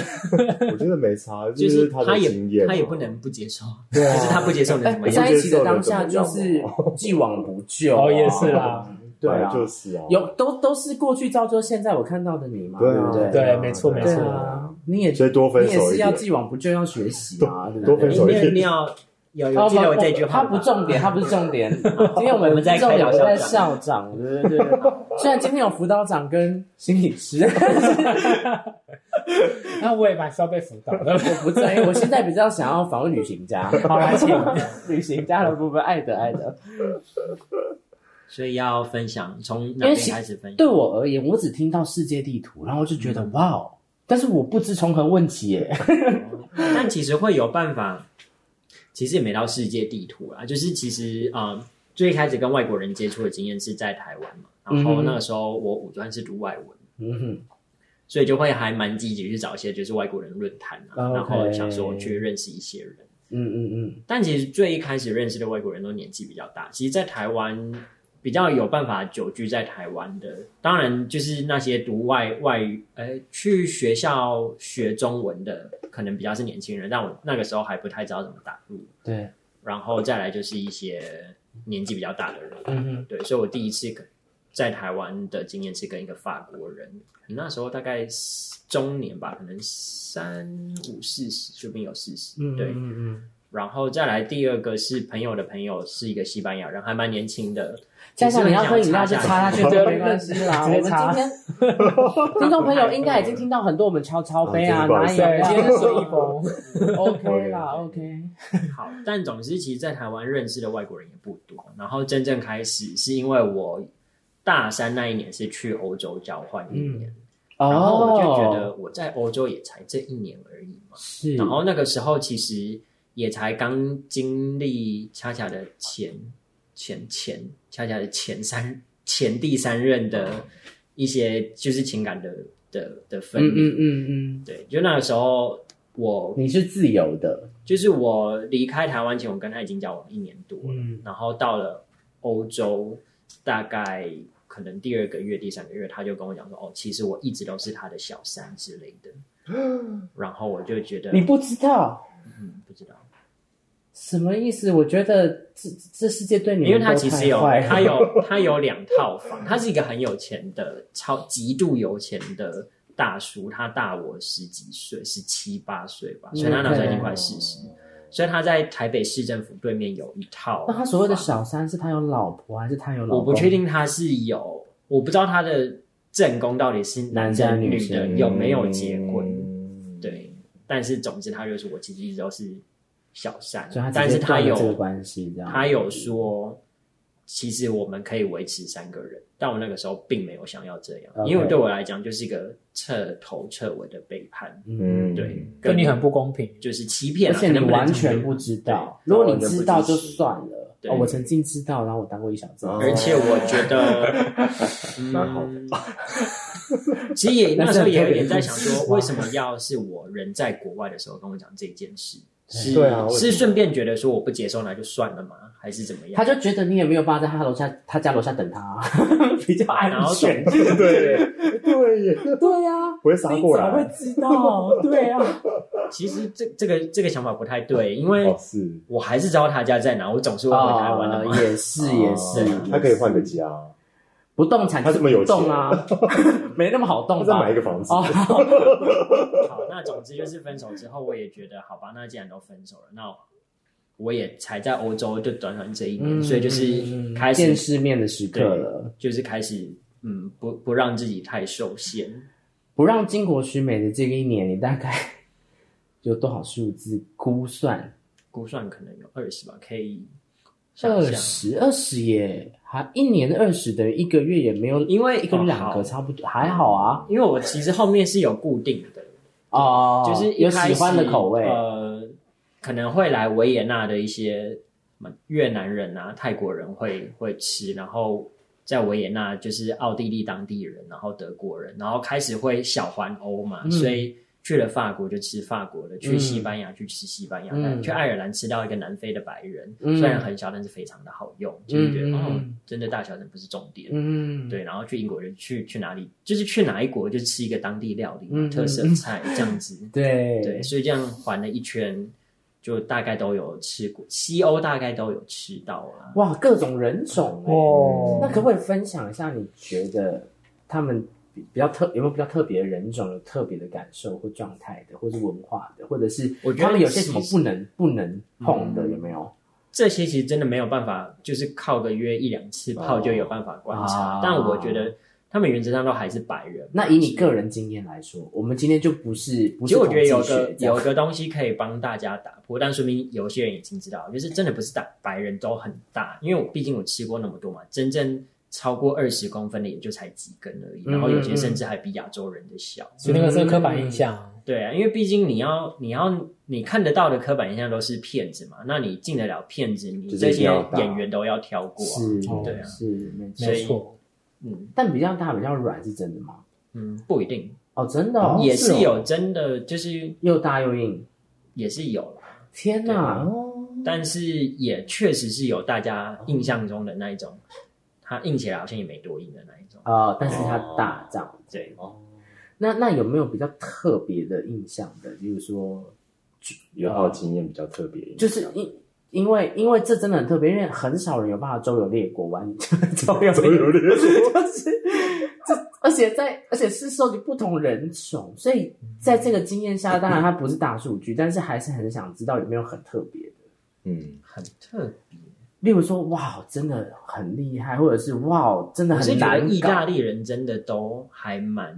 [SPEAKER 2] 我觉得没差，
[SPEAKER 3] 就是是
[SPEAKER 2] 他
[SPEAKER 3] 他
[SPEAKER 2] 的
[SPEAKER 3] 也
[SPEAKER 2] 经验嘛，
[SPEAKER 3] 他也不能不接受，
[SPEAKER 2] 对啊
[SPEAKER 3] 可是他不接受能怎么
[SPEAKER 1] 哎
[SPEAKER 3] 样？
[SPEAKER 1] 在一起的当下就是既往不咎啊，
[SPEAKER 4] 哦也是啦，
[SPEAKER 2] 对
[SPEAKER 1] 对
[SPEAKER 2] 啊，
[SPEAKER 1] 啊
[SPEAKER 2] 就是啊，
[SPEAKER 1] 有都都是过去造就现在我看到的你嘛，
[SPEAKER 2] 对
[SPEAKER 1] 不
[SPEAKER 2] 啊，
[SPEAKER 1] 对？
[SPEAKER 4] 对
[SPEAKER 2] 啊
[SPEAKER 4] 没错
[SPEAKER 2] 对啊
[SPEAKER 4] 没错
[SPEAKER 2] 对啊
[SPEAKER 1] 你也
[SPEAKER 2] 所以多分
[SPEAKER 1] 你也
[SPEAKER 2] 手一
[SPEAKER 1] 是要
[SPEAKER 2] 点。
[SPEAKER 1] 既往不咎，要学习啊，对不对
[SPEAKER 2] 多分手一点
[SPEAKER 3] 你你要有
[SPEAKER 1] 他
[SPEAKER 3] 有记得我这句话
[SPEAKER 1] 他
[SPEAKER 3] 吧，
[SPEAKER 1] 不重点，他不是重点，因为我们
[SPEAKER 3] 我们在
[SPEAKER 1] 重
[SPEAKER 3] 开
[SPEAKER 1] 点
[SPEAKER 3] 导
[SPEAKER 1] 我在校
[SPEAKER 3] 校
[SPEAKER 1] 长，对对对。 虽然今天有辅导长跟心理师，
[SPEAKER 4] 那我也蛮需要被辅导的。
[SPEAKER 1] 我不在，因为我现在比较想要访问旅行家，好来请旅行家的部分，爱的爱的。
[SPEAKER 3] 所以要分享从哪
[SPEAKER 1] 因为
[SPEAKER 3] 边
[SPEAKER 1] 其
[SPEAKER 3] 开始分享？
[SPEAKER 1] 对我而言，我只听到世界地图，然后我就觉得哇哦，但是我不知从何问起耶。
[SPEAKER 3] 但其实会有办法，其实也没到世界地图啦，就是其实啊、呃最开始跟外国人接触的经验是在台湾嘛，然后那个时候我五专是读外文，
[SPEAKER 1] 嗯
[SPEAKER 3] 所以就会还蛮积极去找一些就是外国人论坛啊
[SPEAKER 1] OK
[SPEAKER 3] 然后想说去认识一些人。
[SPEAKER 1] 嗯嗯嗯
[SPEAKER 3] 但其实最一开始认识的外国人都年纪比较大，其实，在台湾比较有办法久居在台湾的，当然就是那些读外外语，呃，去学校学中文的，可能比较是年轻人，但我那个时候还不太知道怎么打入，
[SPEAKER 1] 对，
[SPEAKER 3] 然后再来就是一些年纪比较大的人，
[SPEAKER 1] 嗯哼，
[SPEAKER 3] 对，所以我第一次在台湾的经验是跟一个法国人，那时候大概中年吧，可能三五四十，说不定有四十，
[SPEAKER 1] 嗯
[SPEAKER 3] 对
[SPEAKER 1] 嗯，嗯嗯。
[SPEAKER 3] 然后再来第二个是朋友的朋友是一个西班牙人，还蛮年轻的。
[SPEAKER 1] 加上你要喝饮料就插下去，这
[SPEAKER 4] 对
[SPEAKER 1] 个没关系啦。我
[SPEAKER 4] 直
[SPEAKER 1] 们
[SPEAKER 4] 接
[SPEAKER 1] 今
[SPEAKER 4] 插
[SPEAKER 1] 天听众朋友应该已经听到很多我们敲敲杯啊，
[SPEAKER 2] 啊真是不好
[SPEAKER 1] 拿
[SPEAKER 2] 意
[SPEAKER 1] 饮
[SPEAKER 2] 思
[SPEAKER 4] 对，
[SPEAKER 1] 料
[SPEAKER 4] 今天是水一风，
[SPEAKER 1] OK 啦，OK。
[SPEAKER 3] 好，但总之，其实在台湾认识的外国人也不多。然后真正开始是因为我大三那一年是去欧洲交换一年，
[SPEAKER 1] 哦，
[SPEAKER 3] 然后我就觉得我在欧洲也才这一年而已嘛，
[SPEAKER 1] 是，
[SPEAKER 3] 然后那个时候其实也才刚经历恰恰的前前前恰恰的前三前第三任的一些就是情感的的的分
[SPEAKER 1] 嗯
[SPEAKER 3] 离，
[SPEAKER 1] 嗯嗯嗯，
[SPEAKER 3] 对，就那个时候我
[SPEAKER 1] 你是自由的，
[SPEAKER 3] 就是我离开台湾前，我跟他已经交往一年多了，
[SPEAKER 1] 嗯
[SPEAKER 3] 然后到了欧洲，大概可能第二个月、第三个月，他就跟我讲说，哦，其实我一直都是他的小三之类的，然后我就觉得，
[SPEAKER 1] 啊你不知道
[SPEAKER 3] 嗯，不知道，
[SPEAKER 1] 什么意思？我觉得这这世界对你们
[SPEAKER 3] 因为他
[SPEAKER 1] 都
[SPEAKER 3] 其
[SPEAKER 1] 太
[SPEAKER 3] 实有
[SPEAKER 1] 坏了
[SPEAKER 3] 他有他有两套房，他是一个很有钱的超极度有钱的大叔，他大我十几岁，十七八岁吧，所以他那时候已经快四十，
[SPEAKER 1] 嗯
[SPEAKER 3] 所以他在台北市政府对面有一套。
[SPEAKER 1] 那他所谓的小三是他有老婆还是他有老公？
[SPEAKER 3] 我不确定他是有，我不知道他的正宫到底是
[SPEAKER 1] 男家
[SPEAKER 3] 的
[SPEAKER 1] 女
[SPEAKER 3] 女的
[SPEAKER 1] 生
[SPEAKER 3] 有没有结婚。
[SPEAKER 2] 嗯，
[SPEAKER 3] 对，但是总之他就是我其实一直都是小三
[SPEAKER 1] 所以他，
[SPEAKER 3] 但
[SPEAKER 1] 直
[SPEAKER 3] 是
[SPEAKER 1] 接断
[SPEAKER 3] 他
[SPEAKER 1] 了这个
[SPEAKER 3] 有
[SPEAKER 1] 关系，这样
[SPEAKER 3] 他有说，其实我们可以维持三个人，但我那个时候并没有想要这样，
[SPEAKER 1] OK
[SPEAKER 3] 因为对我来讲就是一个彻头彻尾的背叛，
[SPEAKER 1] 嗯
[SPEAKER 2] 嗯，
[SPEAKER 3] 对，
[SPEAKER 4] 对
[SPEAKER 3] 跟
[SPEAKER 4] 你很不公平。
[SPEAKER 3] 就是欺骗
[SPEAKER 1] 而
[SPEAKER 3] 啊，
[SPEAKER 1] 且
[SPEAKER 3] 可
[SPEAKER 1] 你
[SPEAKER 3] 能不能
[SPEAKER 1] 完
[SPEAKER 3] 这么
[SPEAKER 1] 全
[SPEAKER 3] 讲
[SPEAKER 1] 不知道，
[SPEAKER 2] 对
[SPEAKER 1] 如果你知道就
[SPEAKER 2] 完全不知
[SPEAKER 1] 算了。
[SPEAKER 3] 对
[SPEAKER 1] 哦，我曾经知道，然后我当过一小时。
[SPEAKER 2] 哦
[SPEAKER 3] 而且我觉 得，
[SPEAKER 2] 蛮好
[SPEAKER 3] 的。 其实也那时候也有点在想说，为什么要是我人在国外的时候跟我讲这件事？是
[SPEAKER 2] 对啊为什么
[SPEAKER 3] 是顺便觉得说我不接受那就算了吗？还是怎么样？
[SPEAKER 1] 他就觉得你也没有办法在他楼下，他家楼下等他、啊 比较安
[SPEAKER 3] 然后
[SPEAKER 1] 全。
[SPEAKER 3] 总对，
[SPEAKER 2] 对耶，
[SPEAKER 1] 对呀、啊，
[SPEAKER 2] 不会杀过来
[SPEAKER 1] 你怎么会知道？对呀、啊，
[SPEAKER 3] 其实这这个这个想法不太对，因为
[SPEAKER 2] 哦是，
[SPEAKER 3] 我还是知道他家在哪，我总是会回台湾的嘛。
[SPEAKER 1] 啊也是也是，
[SPEAKER 2] 哦他可以换个家，
[SPEAKER 1] 不动产
[SPEAKER 2] 他这么有钱
[SPEAKER 1] 动啊， 没那么好
[SPEAKER 2] 他
[SPEAKER 1] 动
[SPEAKER 2] 再
[SPEAKER 1] 吧
[SPEAKER 2] 买一？个房子，
[SPEAKER 1] 哦，
[SPEAKER 3] 好，那总之就是分手之后，我也觉得好吧，那既然都分手了，那我也才在欧洲就短短这一 年，
[SPEAKER 1] 嗯
[SPEAKER 3] 所以就是开始
[SPEAKER 1] 见世面的时刻了，
[SPEAKER 3] 就是开始，嗯，不不让自己太受限。
[SPEAKER 1] 不让巾帼须美的这个一年，你大概有多少数字估算？
[SPEAKER 3] 估算可能有二十吧，可以想
[SPEAKER 1] 二
[SPEAKER 3] 象。
[SPEAKER 1] 十，二十也还一年二十等于一个月也没有，
[SPEAKER 3] 因为
[SPEAKER 1] 一个月两个
[SPEAKER 3] 哦好
[SPEAKER 1] 差不多，还好啊。
[SPEAKER 3] 因为我其实后面是有固定的，
[SPEAKER 1] 哦，
[SPEAKER 3] 就是一
[SPEAKER 1] 有
[SPEAKER 3] 开始
[SPEAKER 1] 喜欢的口味，
[SPEAKER 3] 呃，可能会来维也纳的一些什么越南人啊、泰国人会会吃，然后在维也纳就是奥地利当地人，然后德国人，然后开始会小环欧嘛，
[SPEAKER 1] 嗯
[SPEAKER 3] 所以。去了法国就吃法国的，去
[SPEAKER 1] 嗯
[SPEAKER 3] 西班牙去吃西班牙的，
[SPEAKER 1] 嗯
[SPEAKER 3] 去爱尔兰吃到一个南非的白人，
[SPEAKER 1] 嗯
[SPEAKER 3] 虽然很小，但是非常的好用，就是觉得、
[SPEAKER 1] 嗯嗯
[SPEAKER 3] 哦
[SPEAKER 1] 嗯，
[SPEAKER 3] 真的大小真不是重点。
[SPEAKER 1] 嗯，
[SPEAKER 3] 对，然后去英国就去去哪里，就是去哪一国就吃一个当地料理嘛、
[SPEAKER 1] 嗯嗯
[SPEAKER 3] 特色
[SPEAKER 1] 嗯
[SPEAKER 3] 菜这样子。
[SPEAKER 1] 对
[SPEAKER 3] 对，所以这样环了一圈，就大概都有吃过，西欧大概都有吃到啊。
[SPEAKER 1] 哇，各种人种欸
[SPEAKER 4] 哦，
[SPEAKER 1] 那可不可以分享一下？你觉得他们比比较特有没有比较特别的人种，有特别的感受或状态的，或是文化的，或者是
[SPEAKER 3] 我觉得
[SPEAKER 1] 他们有些什么
[SPEAKER 3] 其实嗯
[SPEAKER 1] 不能不能碰的，有没有？
[SPEAKER 3] 这些其实真的没有办法，就是靠个约一两次炮就有办法观察。
[SPEAKER 1] 哦
[SPEAKER 3] 但我觉得他们原则上都还是白人。
[SPEAKER 1] 那以你个人经验来说，我们今天就不是不
[SPEAKER 3] 其
[SPEAKER 1] 是
[SPEAKER 3] 实我
[SPEAKER 1] 统
[SPEAKER 3] 觉
[SPEAKER 1] 计
[SPEAKER 3] 得有
[SPEAKER 1] 学
[SPEAKER 3] 个
[SPEAKER 1] 这样
[SPEAKER 3] 有个东西可以帮大家打破，但说明有些人已经知道，就是真的不是打白人都很大，因为我毕竟我吃过那么多嘛，真正超过二十公分的也就才几根而已，
[SPEAKER 1] 嗯
[SPEAKER 3] 然后有些甚至还比亚洲人的小。
[SPEAKER 4] 所以那个是刻板印象，
[SPEAKER 3] 对啊，因为毕竟你要你要你看得到的刻板印象都是骗子嘛，那你进得了骗子，你
[SPEAKER 2] 就是
[SPEAKER 3] 这
[SPEAKER 2] 一定
[SPEAKER 3] 些
[SPEAKER 2] 要打
[SPEAKER 3] 演员都要挑过、啊。
[SPEAKER 1] 是
[SPEAKER 4] 哦，
[SPEAKER 3] 对啊
[SPEAKER 1] 是没错
[SPEAKER 3] 所以
[SPEAKER 4] 没错。
[SPEAKER 3] 嗯
[SPEAKER 1] 但比较大比较软是真的吗？
[SPEAKER 3] 嗯，不一定，
[SPEAKER 1] 哦，真的哦
[SPEAKER 3] 也
[SPEAKER 1] 是
[SPEAKER 3] 是
[SPEAKER 1] 哦
[SPEAKER 3] 有真的，就是
[SPEAKER 1] 又大又硬，
[SPEAKER 3] 也是有啦，
[SPEAKER 1] 天哪！哦
[SPEAKER 3] 但是也确实是有大家印象中的那一种，他硬起来好像也没多硬的那一种。
[SPEAKER 1] 呃，但是它大
[SPEAKER 3] 哦
[SPEAKER 1] 这样子。
[SPEAKER 3] 对，
[SPEAKER 1] 那那有没有比较特别的印象的？比如说，
[SPEAKER 2] 有好经验比较特别一点，
[SPEAKER 1] 就是因因为因为这真的很特别，因为很少人有办法周游列国玩 周 游
[SPEAKER 2] 周游列
[SPEAKER 1] 国，就是 这，而且在而且是收集不同人种，所以在这个经验下，当然它不是大数据，但是还是很想知道有没有很特别的。
[SPEAKER 2] 嗯，
[SPEAKER 3] 很特别。
[SPEAKER 1] 例如说，哇，真的很厉害，或者是哇，真的
[SPEAKER 3] 我是
[SPEAKER 1] 很
[SPEAKER 3] 觉
[SPEAKER 1] 难
[SPEAKER 3] 得
[SPEAKER 1] 搞
[SPEAKER 3] 意大利人真的都还蛮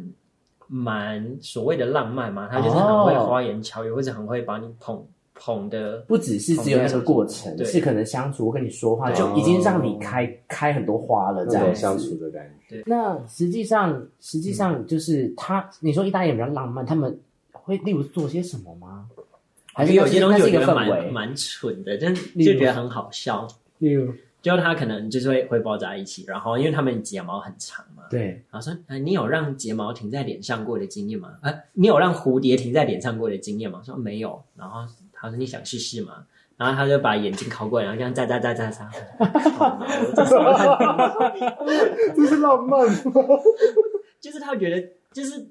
[SPEAKER 3] 蛮所谓的浪漫嘛，他就是很会花言巧语，或者很会把你捧捧的，
[SPEAKER 1] 不只是只有那个过程，
[SPEAKER 3] 哦对
[SPEAKER 1] 是可能相处我跟你说话
[SPEAKER 3] 对
[SPEAKER 1] 就已经让你开开很多花了，这
[SPEAKER 2] 哦
[SPEAKER 1] 样
[SPEAKER 2] 那种
[SPEAKER 1] 子
[SPEAKER 2] 相处的感觉，
[SPEAKER 1] 那实际上，实际
[SPEAKER 3] 嗯
[SPEAKER 1] 上就是他，你说意大利人比较浪漫，他们会例如做些什么吗？还是
[SPEAKER 3] 有些东西
[SPEAKER 1] 那
[SPEAKER 3] 我
[SPEAKER 1] 是一
[SPEAKER 3] 觉
[SPEAKER 1] 个
[SPEAKER 3] 得
[SPEAKER 1] 氛
[SPEAKER 3] 蛮
[SPEAKER 1] 围？
[SPEAKER 3] 蛮蠢的，但
[SPEAKER 1] 例
[SPEAKER 3] 就
[SPEAKER 1] 如
[SPEAKER 3] 觉得很好笑。
[SPEAKER 1] 例如，
[SPEAKER 3] 就他可能就是会会包在一起，然后因为他们睫毛很长嘛，
[SPEAKER 1] 对，
[SPEAKER 3] 然后说，呃，你有让睫毛停在脸上过的经验吗？啊，你有让蝴蝶停在脸上过的经验吗？说没有。然后他说你想试试吗？然后他就把眼睛靠过来，然后这样眨眨眨眨眨。 哦
[SPEAKER 2] 这是浪漫吗？
[SPEAKER 3] 就是他觉得，就是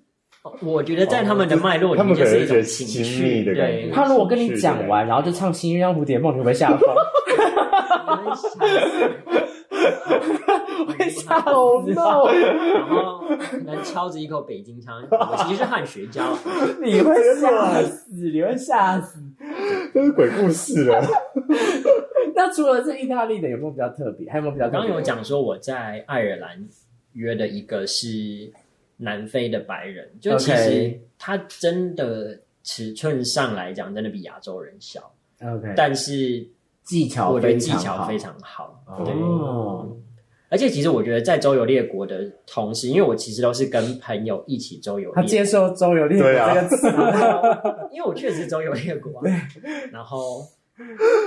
[SPEAKER 3] 我觉得在他们的脉络
[SPEAKER 2] 他
[SPEAKER 3] 里
[SPEAKER 2] 们
[SPEAKER 3] 面
[SPEAKER 2] 可
[SPEAKER 3] 就
[SPEAKER 2] 能
[SPEAKER 3] 是一
[SPEAKER 2] 觉得
[SPEAKER 3] 种
[SPEAKER 2] 亲
[SPEAKER 3] 情
[SPEAKER 2] 密
[SPEAKER 3] 绪
[SPEAKER 2] 的感
[SPEAKER 3] 对
[SPEAKER 2] 觉，
[SPEAKER 1] 他如果跟你讲完，然后就唱《新鸳鸯蝴蝶梦》，你会不会 吓疯？
[SPEAKER 3] 会
[SPEAKER 1] 吓死吧！
[SPEAKER 3] 然后能敲着一口北京腔，我其实是汉学家 啦，
[SPEAKER 1] 你会吓死，你会吓死。
[SPEAKER 2] 这是鬼故事 了。
[SPEAKER 1] 那除了这意大利的，有没有比较特别？还有没有比较特
[SPEAKER 3] 我
[SPEAKER 1] 别？
[SPEAKER 3] 刚刚有讲说我在爱尔兰约的一个是南非的白人，就其
[SPEAKER 1] OK
[SPEAKER 3] 实他真的尺寸上来讲，真的比亚洲人小，
[SPEAKER 1] ，OK，
[SPEAKER 3] 但是
[SPEAKER 1] 技巧
[SPEAKER 3] 我觉得
[SPEAKER 1] 非
[SPEAKER 3] 技
[SPEAKER 1] 常好，
[SPEAKER 3] 巧非常好。对，
[SPEAKER 1] 哦，
[SPEAKER 3] 而且其实我觉得在周游列国的同时，因为我其实都是跟朋友一起周游
[SPEAKER 1] 他
[SPEAKER 3] 列
[SPEAKER 1] 接受周游列国
[SPEAKER 2] 对啊
[SPEAKER 1] 这个 词，
[SPEAKER 3] 国， 因为我确实周游列国、啊，然后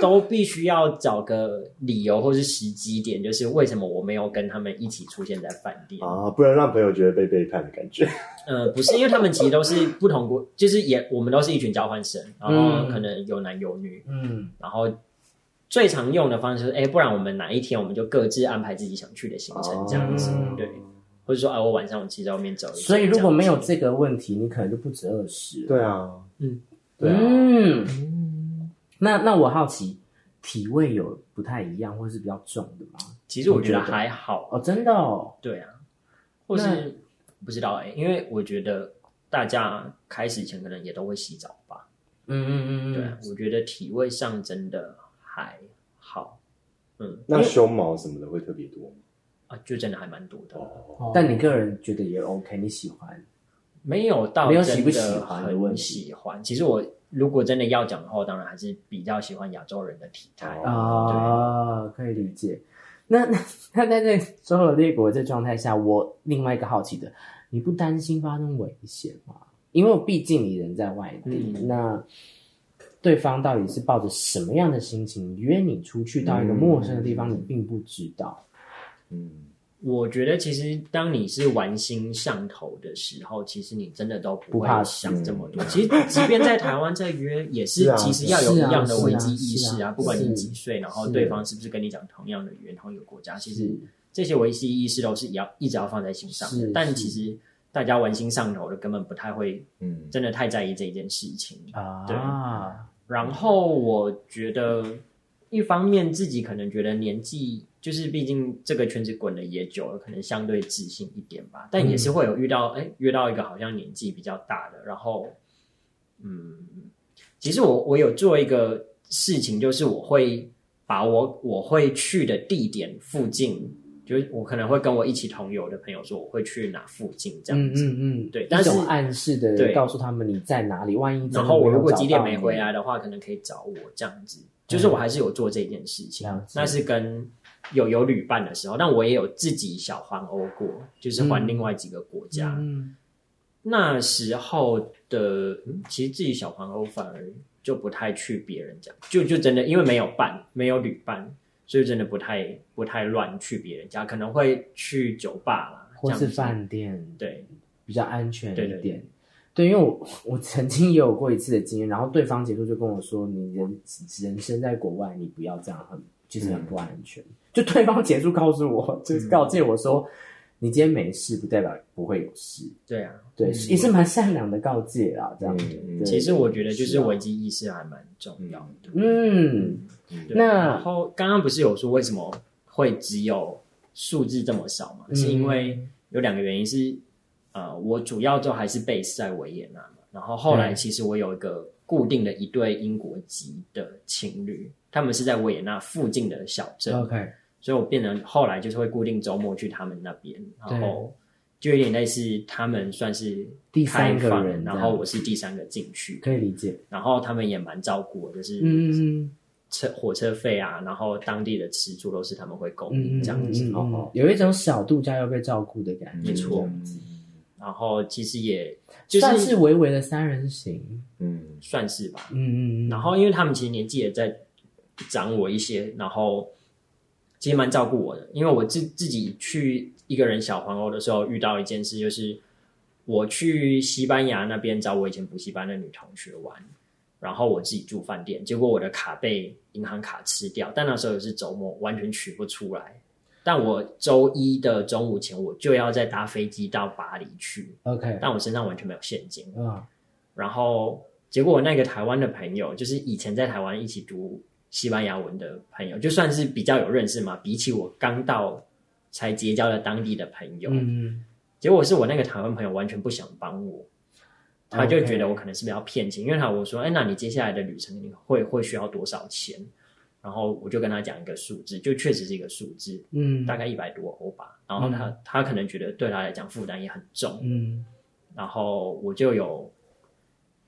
[SPEAKER 3] 都必须要找个理由或是时机点，就是为什么我没有跟他们一起出现在饭店。
[SPEAKER 1] 哦
[SPEAKER 2] 啊，不然让朋友觉得被背叛的感觉。
[SPEAKER 3] 呃，不是，因为他们其实都是不同国，就是也我们都是一群交换生，然后可能有男有女，
[SPEAKER 1] 嗯，
[SPEAKER 3] 然后最常用的方式是，哎，不然我们哪一天我们就各自安排自己想去的行程，这样子，
[SPEAKER 1] 哦
[SPEAKER 3] 对，或者说，啊，我晚上我们其实在外面走一走，
[SPEAKER 1] 所以如果没有
[SPEAKER 3] 这样子
[SPEAKER 1] 这个问题，你可能就不止二十。
[SPEAKER 2] 对啊，
[SPEAKER 3] 嗯，
[SPEAKER 2] 对啊，
[SPEAKER 1] 嗯，
[SPEAKER 4] 嗯，
[SPEAKER 1] 那那我好奇，体味有不太一样，或是比较重的吗？
[SPEAKER 3] 其实我觉得
[SPEAKER 1] 你觉得
[SPEAKER 3] 还好，
[SPEAKER 1] 哦，真的哦，
[SPEAKER 3] 对啊，或是不知道哎、因为我觉得大家开始前可能也都会洗澡吧，
[SPEAKER 1] 嗯嗯嗯，
[SPEAKER 3] 对、啊，我觉得体味上真的还好，嗯
[SPEAKER 2] 那胸毛什么的会特别多吗
[SPEAKER 3] 啊，就真的还蛮多的。
[SPEAKER 2] 哦，
[SPEAKER 4] 哦
[SPEAKER 1] 但你个人觉得也 OK，你喜欢？
[SPEAKER 3] 没有到
[SPEAKER 1] 没有
[SPEAKER 3] 真
[SPEAKER 1] 喜
[SPEAKER 3] 的
[SPEAKER 1] 不喜欢的问
[SPEAKER 3] 很
[SPEAKER 1] 题
[SPEAKER 3] 喜欢。其实我如果真的要讲的话，我当然还是比较喜欢亚洲人的体态。
[SPEAKER 2] 哦
[SPEAKER 1] 啊，可以理解。那那那在这周游列国这状态下，我另外一个好奇的，你不担心发生危险吗？因为我毕竟你人在外地，
[SPEAKER 3] 嗯
[SPEAKER 1] 那对方到底是抱着什么样的心情约你出去到一个陌生的地方，你并不知道。
[SPEAKER 2] 嗯，
[SPEAKER 3] 我觉得其实当你是玩心上头的时候，其实你真的都
[SPEAKER 1] 不
[SPEAKER 3] 不
[SPEAKER 1] 怕
[SPEAKER 3] 会想这么多。其实即便在台湾在约，也
[SPEAKER 2] 是
[SPEAKER 3] 是
[SPEAKER 2] 啊
[SPEAKER 3] 其实要有一样的
[SPEAKER 1] 是啊
[SPEAKER 3] 危机意
[SPEAKER 1] 是啊
[SPEAKER 3] 识
[SPEAKER 1] 是啊
[SPEAKER 3] 啊，不管
[SPEAKER 1] 是
[SPEAKER 3] 你几岁，然后
[SPEAKER 1] 是
[SPEAKER 3] 对方是不是跟你讲同样的语言、同一个国家，其实
[SPEAKER 1] 是
[SPEAKER 3] 这些危机意识都是也要一直要放在心上
[SPEAKER 1] 是
[SPEAKER 3] 的。但
[SPEAKER 1] 是
[SPEAKER 3] 其实大家玩心上头的，根本不太会
[SPEAKER 2] 嗯，
[SPEAKER 3] 真的太在意这一件事情。对
[SPEAKER 1] 啊，
[SPEAKER 3] 然后我觉得，一方面自己可能觉得年纪，就是毕竟这个圈子滚的也久了，可能相对自信一点吧。但也是
[SPEAKER 1] 嗯
[SPEAKER 3] 会有遇到，哎、约到一个好像年纪比较大的，然后，嗯，其实我我有做一个事情，就是我会把我我会去的地点附近，就是我可能会跟我一起同游的朋友说，我会去哪附近这
[SPEAKER 1] 嗯
[SPEAKER 3] 样子。
[SPEAKER 1] 嗯嗯，
[SPEAKER 3] 对
[SPEAKER 1] 一
[SPEAKER 3] 但是
[SPEAKER 1] 种暗示的
[SPEAKER 3] 对
[SPEAKER 1] 告诉他们你在哪里，万一真的
[SPEAKER 3] 然后我
[SPEAKER 1] 没有
[SPEAKER 3] 如果
[SPEAKER 1] 找
[SPEAKER 3] 几点
[SPEAKER 1] 到
[SPEAKER 3] 没
[SPEAKER 1] 你嗯
[SPEAKER 3] 回来啊的话，可能可以找我这样子。就是我还是有做这件事情
[SPEAKER 1] 了解，
[SPEAKER 3] 那是跟有有旅伴的时候，但我也有自己小环欧过，就是环另外几个国家。
[SPEAKER 1] 嗯，
[SPEAKER 3] 那时候的、嗯其实自己小环欧反而就不太去别人家，就就真的因为没有伴，没有旅伴，所以真的不太不太乱去别人家，可能会去酒吧啦，这
[SPEAKER 1] 或
[SPEAKER 3] 样
[SPEAKER 1] 是
[SPEAKER 3] 子
[SPEAKER 1] 饭店，
[SPEAKER 3] 对，
[SPEAKER 1] 比较安全一
[SPEAKER 3] 对
[SPEAKER 1] 点。
[SPEAKER 3] 对
[SPEAKER 1] 对因为我我曾经也有过一次的经验，然后对方结束就跟我说：“你人人生在国外，你不要这样很，其实很不安全。
[SPEAKER 3] 嗯
[SPEAKER 1] 就对方结束告诉我，就是告诫我说：“你今天没事，不代表不会有事。
[SPEAKER 3] 对啊。”
[SPEAKER 1] 对，
[SPEAKER 4] 嗯
[SPEAKER 1] 也是蛮善良的告诫啦，这样子。
[SPEAKER 2] 嗯嗯
[SPEAKER 1] 对
[SPEAKER 3] 其实我觉得就是
[SPEAKER 1] 是啊
[SPEAKER 3] 危机意识还蛮重要的。
[SPEAKER 1] 嗯，
[SPEAKER 3] 对
[SPEAKER 1] 那
[SPEAKER 3] 然后刚刚不是有说为什么会只有数字这么少嘛？
[SPEAKER 1] 嗯
[SPEAKER 3] 是因为有两个原因是，呃，我主要都还是 base 在维也纳嘛。然后后来
[SPEAKER 1] 对
[SPEAKER 3] 其实我有一个固定的一对英国籍的情侣，他们是在维也纳附近的小镇，
[SPEAKER 1] OK，
[SPEAKER 3] 所以我变成后来就是会固定周末去他们那边，然后就有点类似他们算是
[SPEAKER 1] 第三个
[SPEAKER 3] 开放
[SPEAKER 1] 人这样
[SPEAKER 3] 然后我是第三个进去，
[SPEAKER 1] 可以理解。
[SPEAKER 3] 然后他们也蛮照顾我，就是
[SPEAKER 1] 嗯嗯
[SPEAKER 3] 车火车费啊，然后当地的吃住都是他们会供
[SPEAKER 1] 嗯
[SPEAKER 3] 应
[SPEAKER 1] 嗯，
[SPEAKER 3] 这样子，
[SPEAKER 1] 嗯
[SPEAKER 3] 哦
[SPEAKER 1] 嗯嗯
[SPEAKER 2] 好好
[SPEAKER 1] 有一种小度假又被照顾的感觉，
[SPEAKER 3] 没错然后其实也就
[SPEAKER 1] 算
[SPEAKER 3] 是
[SPEAKER 1] 是微微的三人行。
[SPEAKER 2] 嗯，
[SPEAKER 3] 算是吧，
[SPEAKER 1] 嗯嗯嗯，
[SPEAKER 3] 然后因为他们其实年纪也在长我一些，然后其实蛮照顾我的。因为我自自己去一个人小环欧的时候，遇到一件事，就是我去西班牙那边找我以前补习班的女同学玩，然后我自己住饭店，结果我的卡被银行卡吃掉，但那时候也是周末，完全取不出来。但我周一的中午前，我就要再搭飞机到巴黎去，
[SPEAKER 1] OK，
[SPEAKER 3] 但我身上完全没有现金。
[SPEAKER 1] 啊，
[SPEAKER 3] 然后结果我那个台湾的朋友，就是以前在台湾一起读西班牙文的朋友，就算是比较有认识嘛，比起我刚到才结交的当地的朋友，
[SPEAKER 1] 嗯
[SPEAKER 3] 结果是我那个台湾朋友完全不想帮我，他就觉得我可能是不是要骗钱，因为他我说，哎，那你接下来的旅程你会会需要多少钱？然后我就跟他讲一个数字，就确实是一个数字，
[SPEAKER 1] 嗯，
[SPEAKER 3] 大概一百多欧吧。然后他、他可能觉得对他来讲负担也很重，
[SPEAKER 1] 嗯
[SPEAKER 3] 然后我就有，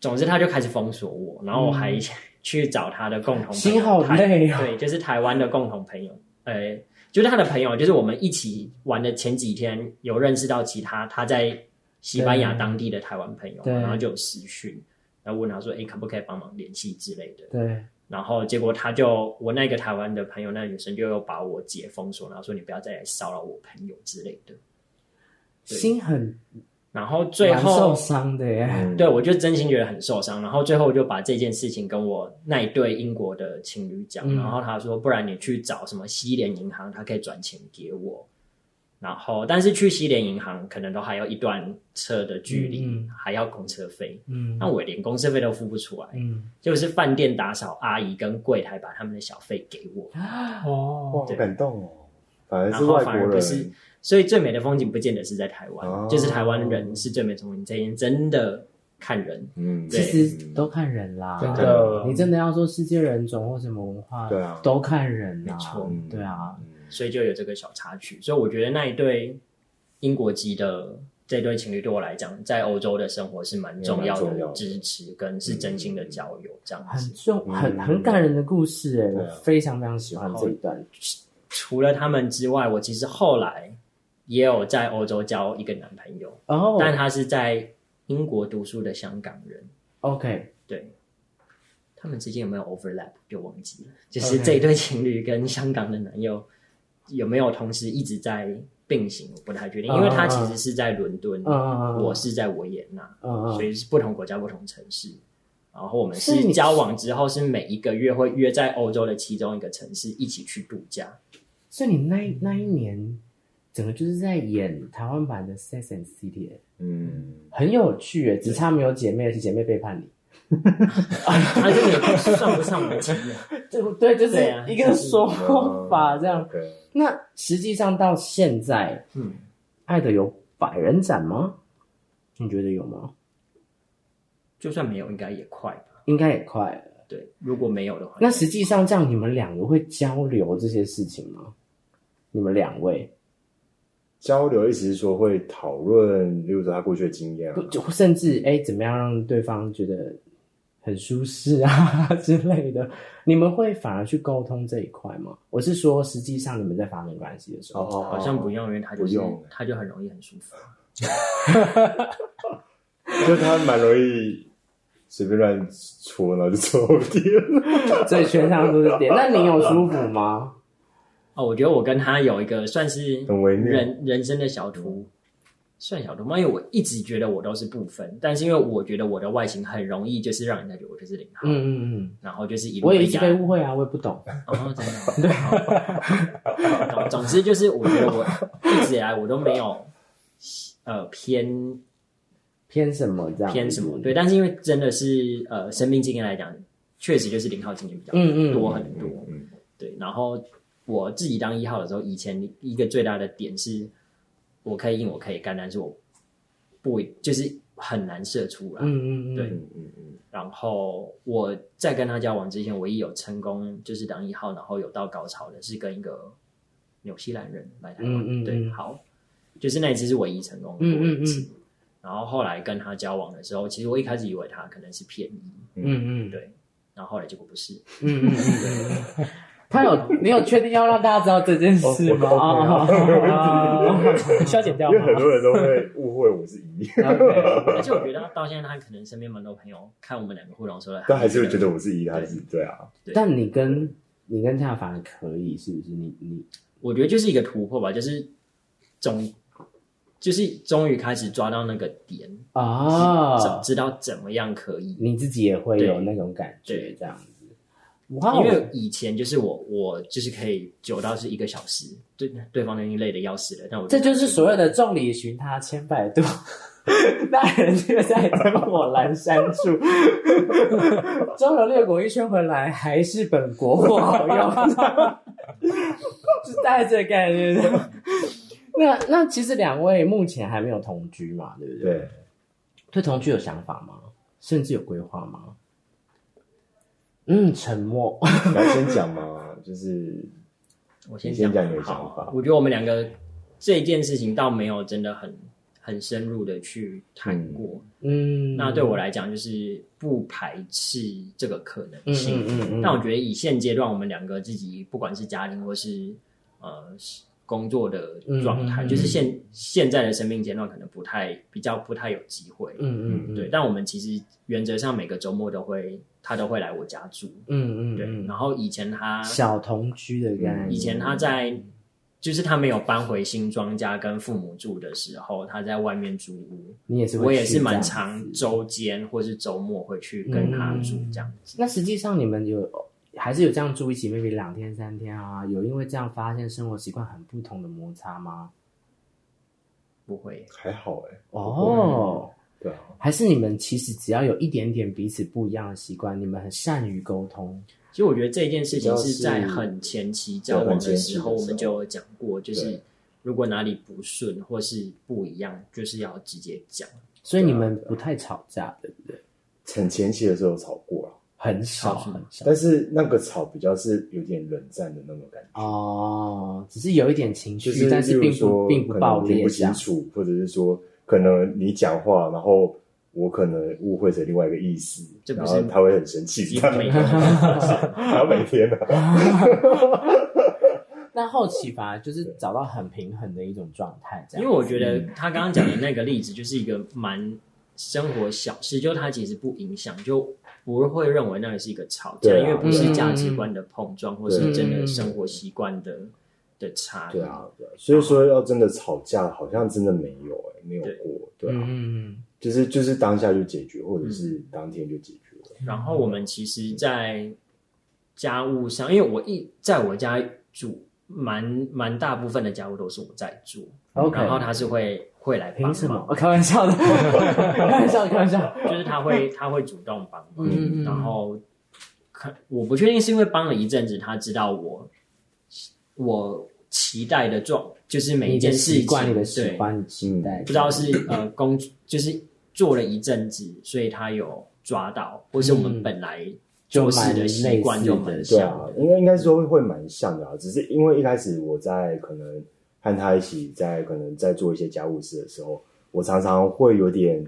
[SPEAKER 3] 总之他就开始封锁我，然后我还 去找他的共同朋友，
[SPEAKER 1] 嗯心好
[SPEAKER 3] 台
[SPEAKER 1] 累哦
[SPEAKER 3] 对，就是台湾的共同朋友，呃，就是他的朋友，就是我们一起玩的前几天有认识到其他他在西班牙
[SPEAKER 1] 对
[SPEAKER 3] 当地的台湾朋友，
[SPEAKER 1] 对
[SPEAKER 3] 然后就有私讯，然后问他说，哎，可不可以帮忙联系之类的，
[SPEAKER 1] 对，
[SPEAKER 3] 然后结果他就我那个台湾的朋友，那个女生就又把我姐封锁，然后说你不要再来骚扰我朋友之类的，
[SPEAKER 1] 心很
[SPEAKER 3] 然后最
[SPEAKER 1] 蛮
[SPEAKER 3] 后
[SPEAKER 1] 受伤的耶。
[SPEAKER 2] 嗯
[SPEAKER 3] 对，我就真心觉得很受伤。然后最后我就把这件事情跟我那一对英国的情侣讲，
[SPEAKER 1] 嗯
[SPEAKER 3] 然后他说，不然你去找什么西联银行，他可以转钱给我。然后，但是去西联银行可能都还要一段车的距离，
[SPEAKER 1] 嗯嗯
[SPEAKER 3] 还要公车费。
[SPEAKER 1] 嗯
[SPEAKER 3] 那我连公车费都付不出来，
[SPEAKER 1] 嗯，
[SPEAKER 3] 就是饭店打扫阿姨跟柜台把他们的小费给我。
[SPEAKER 1] 啊
[SPEAKER 2] 哇，
[SPEAKER 4] 哦
[SPEAKER 2] 好感动哦，反而
[SPEAKER 3] 然
[SPEAKER 2] 是
[SPEAKER 3] 后
[SPEAKER 2] 外
[SPEAKER 3] 反
[SPEAKER 2] 国
[SPEAKER 3] 而不
[SPEAKER 2] 人，
[SPEAKER 3] 是，所以最美的风景不见得是在台湾，
[SPEAKER 2] 哦
[SPEAKER 3] 就是台湾人是最美的风景。这边真的看人，
[SPEAKER 2] 嗯，
[SPEAKER 1] 其实都看人啦，
[SPEAKER 4] 真的
[SPEAKER 1] 你真的要说世界人种或什么文化，
[SPEAKER 2] 对啊
[SPEAKER 1] 都看人呐
[SPEAKER 3] 没错
[SPEAKER 2] 嗯
[SPEAKER 1] 对啊，
[SPEAKER 2] 嗯
[SPEAKER 3] 所以就有这个小插曲。所以我觉得那一对英国籍的这对情侣对我来讲，在欧洲的生活是蛮重要
[SPEAKER 2] 也蛮重要的
[SPEAKER 3] 的支持，跟是真心的交友这样
[SPEAKER 1] 很
[SPEAKER 3] 子。
[SPEAKER 1] 重，很
[SPEAKER 2] 嗯
[SPEAKER 1] 很感人的故事哎，
[SPEAKER 2] 对
[SPEAKER 1] 我
[SPEAKER 2] 啊
[SPEAKER 1] 非常非常喜欢这一段。
[SPEAKER 3] 除了他们之外，我其实后来也有在欧洲交一个男朋友，
[SPEAKER 1] 然后
[SPEAKER 3] 但他是在英国读书的香港人，
[SPEAKER 1] OK，
[SPEAKER 3] 对。他们之间有没有 overlap 就忘记了，就是这一对情侣跟香港的男友有没有同时一直在并行，我不太确定，因为他其实是在伦敦，
[SPEAKER 1] 嗯嗯嗯，
[SPEAKER 3] 我是在维也纳，
[SPEAKER 1] 嗯
[SPEAKER 3] 所
[SPEAKER 1] 嗯
[SPEAKER 3] 以是不同国家、不同城市。然后我们
[SPEAKER 1] 是
[SPEAKER 3] 是
[SPEAKER 1] 你
[SPEAKER 3] 交往之后，是每一个月会约在欧洲的其中一个城市一起去度假。
[SPEAKER 1] 所以你那一那一年，整个就是在演台湾版的《Sex and City》哎，
[SPEAKER 2] 嗯，
[SPEAKER 1] 很有趣哎，只差没有姐妹，是姐妹背叛你。
[SPEAKER 3] 他这个也算不上我的情 人，
[SPEAKER 1] 对对，就是
[SPEAKER 3] 对啊
[SPEAKER 1] 一个说法
[SPEAKER 2] 嗯
[SPEAKER 1] 这样。
[SPEAKER 2] OK
[SPEAKER 1] 那实际上到现在，
[SPEAKER 3] 嗯，
[SPEAKER 1] 爱的有百人斩吗？你觉得有吗？
[SPEAKER 3] 就算没有，应该也快吧？
[SPEAKER 1] 应该也快了。
[SPEAKER 3] 对，如果没有的话，
[SPEAKER 1] 那实际上这样，你们两个会交流这些事情吗？你们两位，
[SPEAKER 2] 交流意思是说会讨论，例如说他过去的经验啊
[SPEAKER 1] 不，就甚至哎，怎么样让对方觉得很舒适啊之类的，你们会反而去沟通这一块吗？我是说，实际上你们在发生关系的时候，
[SPEAKER 2] 哦
[SPEAKER 3] 好像不用，因为他就是
[SPEAKER 2] 不用
[SPEAKER 3] 他就很容易很舒服。
[SPEAKER 2] 就他蛮容易随便乱戳，然后就戳我爹了。
[SPEAKER 1] 所以全场都是点。那你有舒服吗？
[SPEAKER 3] 哦，我觉得我跟他有一个算是
[SPEAKER 2] 很微妙
[SPEAKER 3] 人人生的小图，算小图吗？因为我一直觉得我都是不分，但是因为我觉得我的外形很容易就是让人家觉得我就是零号，
[SPEAKER 1] 嗯嗯嗯，
[SPEAKER 3] 然后就是一路
[SPEAKER 1] 我也一直
[SPEAKER 3] 压
[SPEAKER 1] 被误会啊，我也不懂。
[SPEAKER 3] 哦，真的，对。总总之就是，我觉得我一直以来我都没有呃偏
[SPEAKER 1] 偏什么这样？
[SPEAKER 3] 偏什么，对。，但是因为真的是呃生命经验来讲，确实就是零号经验比较
[SPEAKER 1] 嗯嗯
[SPEAKER 3] 多很多，
[SPEAKER 2] 嗯，
[SPEAKER 3] 对。然后我自己当一号的时候，以前一个最大的点是，我可以硬，我可以干，但是我不就是很难射出来，
[SPEAKER 1] 嗯嗯嗯，
[SPEAKER 3] 对
[SPEAKER 2] 嗯嗯嗯
[SPEAKER 3] 然后我在跟他交往之前，唯一有成功就是当一号，然后有到高潮的是跟一个纽西兰人来台湾，
[SPEAKER 1] 嗯嗯
[SPEAKER 3] 对，
[SPEAKER 1] 嗯
[SPEAKER 3] 好。就是那一次是唯一成功的
[SPEAKER 1] 嗯
[SPEAKER 3] 过
[SPEAKER 1] 嗯
[SPEAKER 3] 一次。然后后来跟他交往的时候，其实我一开始以为他可能是骗医，
[SPEAKER 1] 嗯嗯
[SPEAKER 3] 对，然后后来结果不是，
[SPEAKER 1] 嗯嗯嗯嗯。他有，你有确定要让大家知道这件事吗？
[SPEAKER 2] 哦我
[SPEAKER 1] 啊
[SPEAKER 4] 需要剪掉
[SPEAKER 2] 因为很
[SPEAKER 4] 吗？
[SPEAKER 2] 多人都会误会我是一，
[SPEAKER 3] 而且我觉得他到现在他可能身边蛮多朋友看我们两个互动的时候，
[SPEAKER 2] 但还是会觉
[SPEAKER 3] 得
[SPEAKER 2] 得我是一，还是对啊，
[SPEAKER 1] 但你跟你跟他反而可以，是不是？你你
[SPEAKER 3] 我觉得就是一个突破吧，就是终就是终于开始抓到那个点，
[SPEAKER 1] 啊，
[SPEAKER 3] 知知道怎么样可以。
[SPEAKER 1] 你自己也会有
[SPEAKER 3] 对
[SPEAKER 1] 那种感觉，
[SPEAKER 3] 对
[SPEAKER 1] 这样子。哇哦，
[SPEAKER 3] 因为以前就是我，我就是可以久到是一个小时，对对方都已经累得要死了，但我
[SPEAKER 1] 这就是所谓的众里寻他千百度， 那人却在灯火阑珊处。 中流掠过一圈回来，还是本国货好用，是大概这个概念。那那其实两位目前还没有同居嘛，对不对？
[SPEAKER 2] 对，啊
[SPEAKER 1] 对同居有想法吗？甚至有规划吗？嗯，沉默。
[SPEAKER 2] 你要先讲嘛，就是
[SPEAKER 3] 我先
[SPEAKER 2] 你先讲
[SPEAKER 3] 讲
[SPEAKER 2] 你的
[SPEAKER 3] 好
[SPEAKER 2] 想法
[SPEAKER 3] 我觉得我们两个这件事情倒没有真的很很深入的去谈过。
[SPEAKER 1] 嗯，
[SPEAKER 3] 那对我来讲，就是不排斥这个可能
[SPEAKER 1] 嗯，
[SPEAKER 3] 性。
[SPEAKER 1] 嗯嗯嗯，
[SPEAKER 3] 但我觉得以现阶段我们两个自己，不管是家庭或是呃是工作的状
[SPEAKER 1] 嗯
[SPEAKER 3] 态，
[SPEAKER 1] 嗯嗯
[SPEAKER 3] 就是现现在的生命阶段可能不太比较不太有机会。
[SPEAKER 1] 嗯嗯嗯，
[SPEAKER 3] 对，，但我们其实原则上每个周末都会，他都会来我家住。
[SPEAKER 1] 嗯嗯
[SPEAKER 3] 对，
[SPEAKER 1] 嗯，
[SPEAKER 3] 然后以前他
[SPEAKER 1] 小同居的概念。
[SPEAKER 3] 以前他在，就是他没有搬回新庄家跟父母住的时候，他在外面租屋。
[SPEAKER 1] 你也是会
[SPEAKER 3] 我也
[SPEAKER 1] 去
[SPEAKER 3] 是
[SPEAKER 1] 这
[SPEAKER 3] 蛮
[SPEAKER 1] 样子
[SPEAKER 3] 常周间或是周末会去跟他
[SPEAKER 2] 嗯
[SPEAKER 3] 住这样子。
[SPEAKER 1] 那实际上你们有还是有这样住一起，maybe 两天三天啊，有因为这样发现生活习惯很不同的摩擦吗？
[SPEAKER 3] 不会，
[SPEAKER 2] 还好哎，
[SPEAKER 1] 哦，
[SPEAKER 2] 对啊，
[SPEAKER 1] 还是你们其实只要有一点点彼此不一样的习惯，你们很善于沟通。
[SPEAKER 3] 其实我觉得这件事情是在
[SPEAKER 2] 比较是
[SPEAKER 3] 很前期交往的时候，
[SPEAKER 2] 对很前期的时候
[SPEAKER 3] 我们就有讲过，就是
[SPEAKER 2] 对
[SPEAKER 3] 如果哪里不顺或是不一样，就是要直接 讲。
[SPEAKER 1] 所以你们不太吵架，对不对？
[SPEAKER 2] 很前期的时候有吵过啊，
[SPEAKER 1] 很少
[SPEAKER 3] 少数
[SPEAKER 1] 很少
[SPEAKER 2] 但是那个吵比较是有点冷战的那种感觉。
[SPEAKER 1] 哦，只是有一点情绪，
[SPEAKER 2] 就是
[SPEAKER 1] 但是
[SPEAKER 2] 例
[SPEAKER 1] 并
[SPEAKER 2] 如
[SPEAKER 1] 不
[SPEAKER 2] 说
[SPEAKER 1] 并
[SPEAKER 2] 可能
[SPEAKER 1] 爆
[SPEAKER 2] 听
[SPEAKER 1] 裂
[SPEAKER 2] 不
[SPEAKER 1] 这样
[SPEAKER 2] 清。楚，或者是说可能你讲话，然后我可能误会成另外一个意思，
[SPEAKER 3] 这不
[SPEAKER 2] 然
[SPEAKER 3] 是
[SPEAKER 2] 后他会很生气，
[SPEAKER 3] 几
[SPEAKER 2] 这
[SPEAKER 3] 乎
[SPEAKER 2] 样
[SPEAKER 3] 每 个人都发生
[SPEAKER 2] 然后每天呢、
[SPEAKER 1] 啊那后期反而就是找到很平衡的一种状态，这
[SPEAKER 3] 因
[SPEAKER 1] 样。
[SPEAKER 3] 为我觉得他刚刚讲的那个例子就是一个蛮生活小事，就他其实不影响，就不会认为那个是一个吵架，
[SPEAKER 2] 对啊
[SPEAKER 3] 因为不是价值观的碰撞，或是真的生活习惯的的差异。
[SPEAKER 2] 对啊，对啊，所以说要真的吵架，好像真的没有哎、没有过，对啊，
[SPEAKER 1] 嗯嗯
[SPEAKER 2] 就是就是当下就解决，或者是当天就解决了。
[SPEAKER 3] 然后我们其实，在家务上，因为我一在我家住，蛮蛮大部分的家务都是我在做，
[SPEAKER 1] OK
[SPEAKER 3] 然后他是会会来帮
[SPEAKER 1] 凭什么
[SPEAKER 3] 忙？，
[SPEAKER 1] 我开玩笑的，开玩笑的，开玩笑的。
[SPEAKER 3] 就是他会他会主动帮忙，
[SPEAKER 1] 嗯嗯嗯
[SPEAKER 3] 然后可我不确定是因为帮了一阵子，他知道我我期待的状，就是每
[SPEAKER 1] 你
[SPEAKER 3] 一件
[SPEAKER 1] 的
[SPEAKER 3] 事情，
[SPEAKER 1] 习惯，你的喜
[SPEAKER 3] 对，
[SPEAKER 1] 欢，你期待，
[SPEAKER 3] 不知道是呃工就是做了一阵子，所以他有抓到，或是我们
[SPEAKER 1] 嗯
[SPEAKER 3] 本来
[SPEAKER 1] 就
[SPEAKER 3] 做
[SPEAKER 1] 蛮
[SPEAKER 3] 事的习惯就蛮
[SPEAKER 1] 类似
[SPEAKER 2] 对
[SPEAKER 3] 像
[SPEAKER 2] 啊
[SPEAKER 3] 的，，
[SPEAKER 2] 应该应该说会蛮像的啊，只是因为一开始我在可能和他一起在可能在做一些家务事的时候，我常常会有点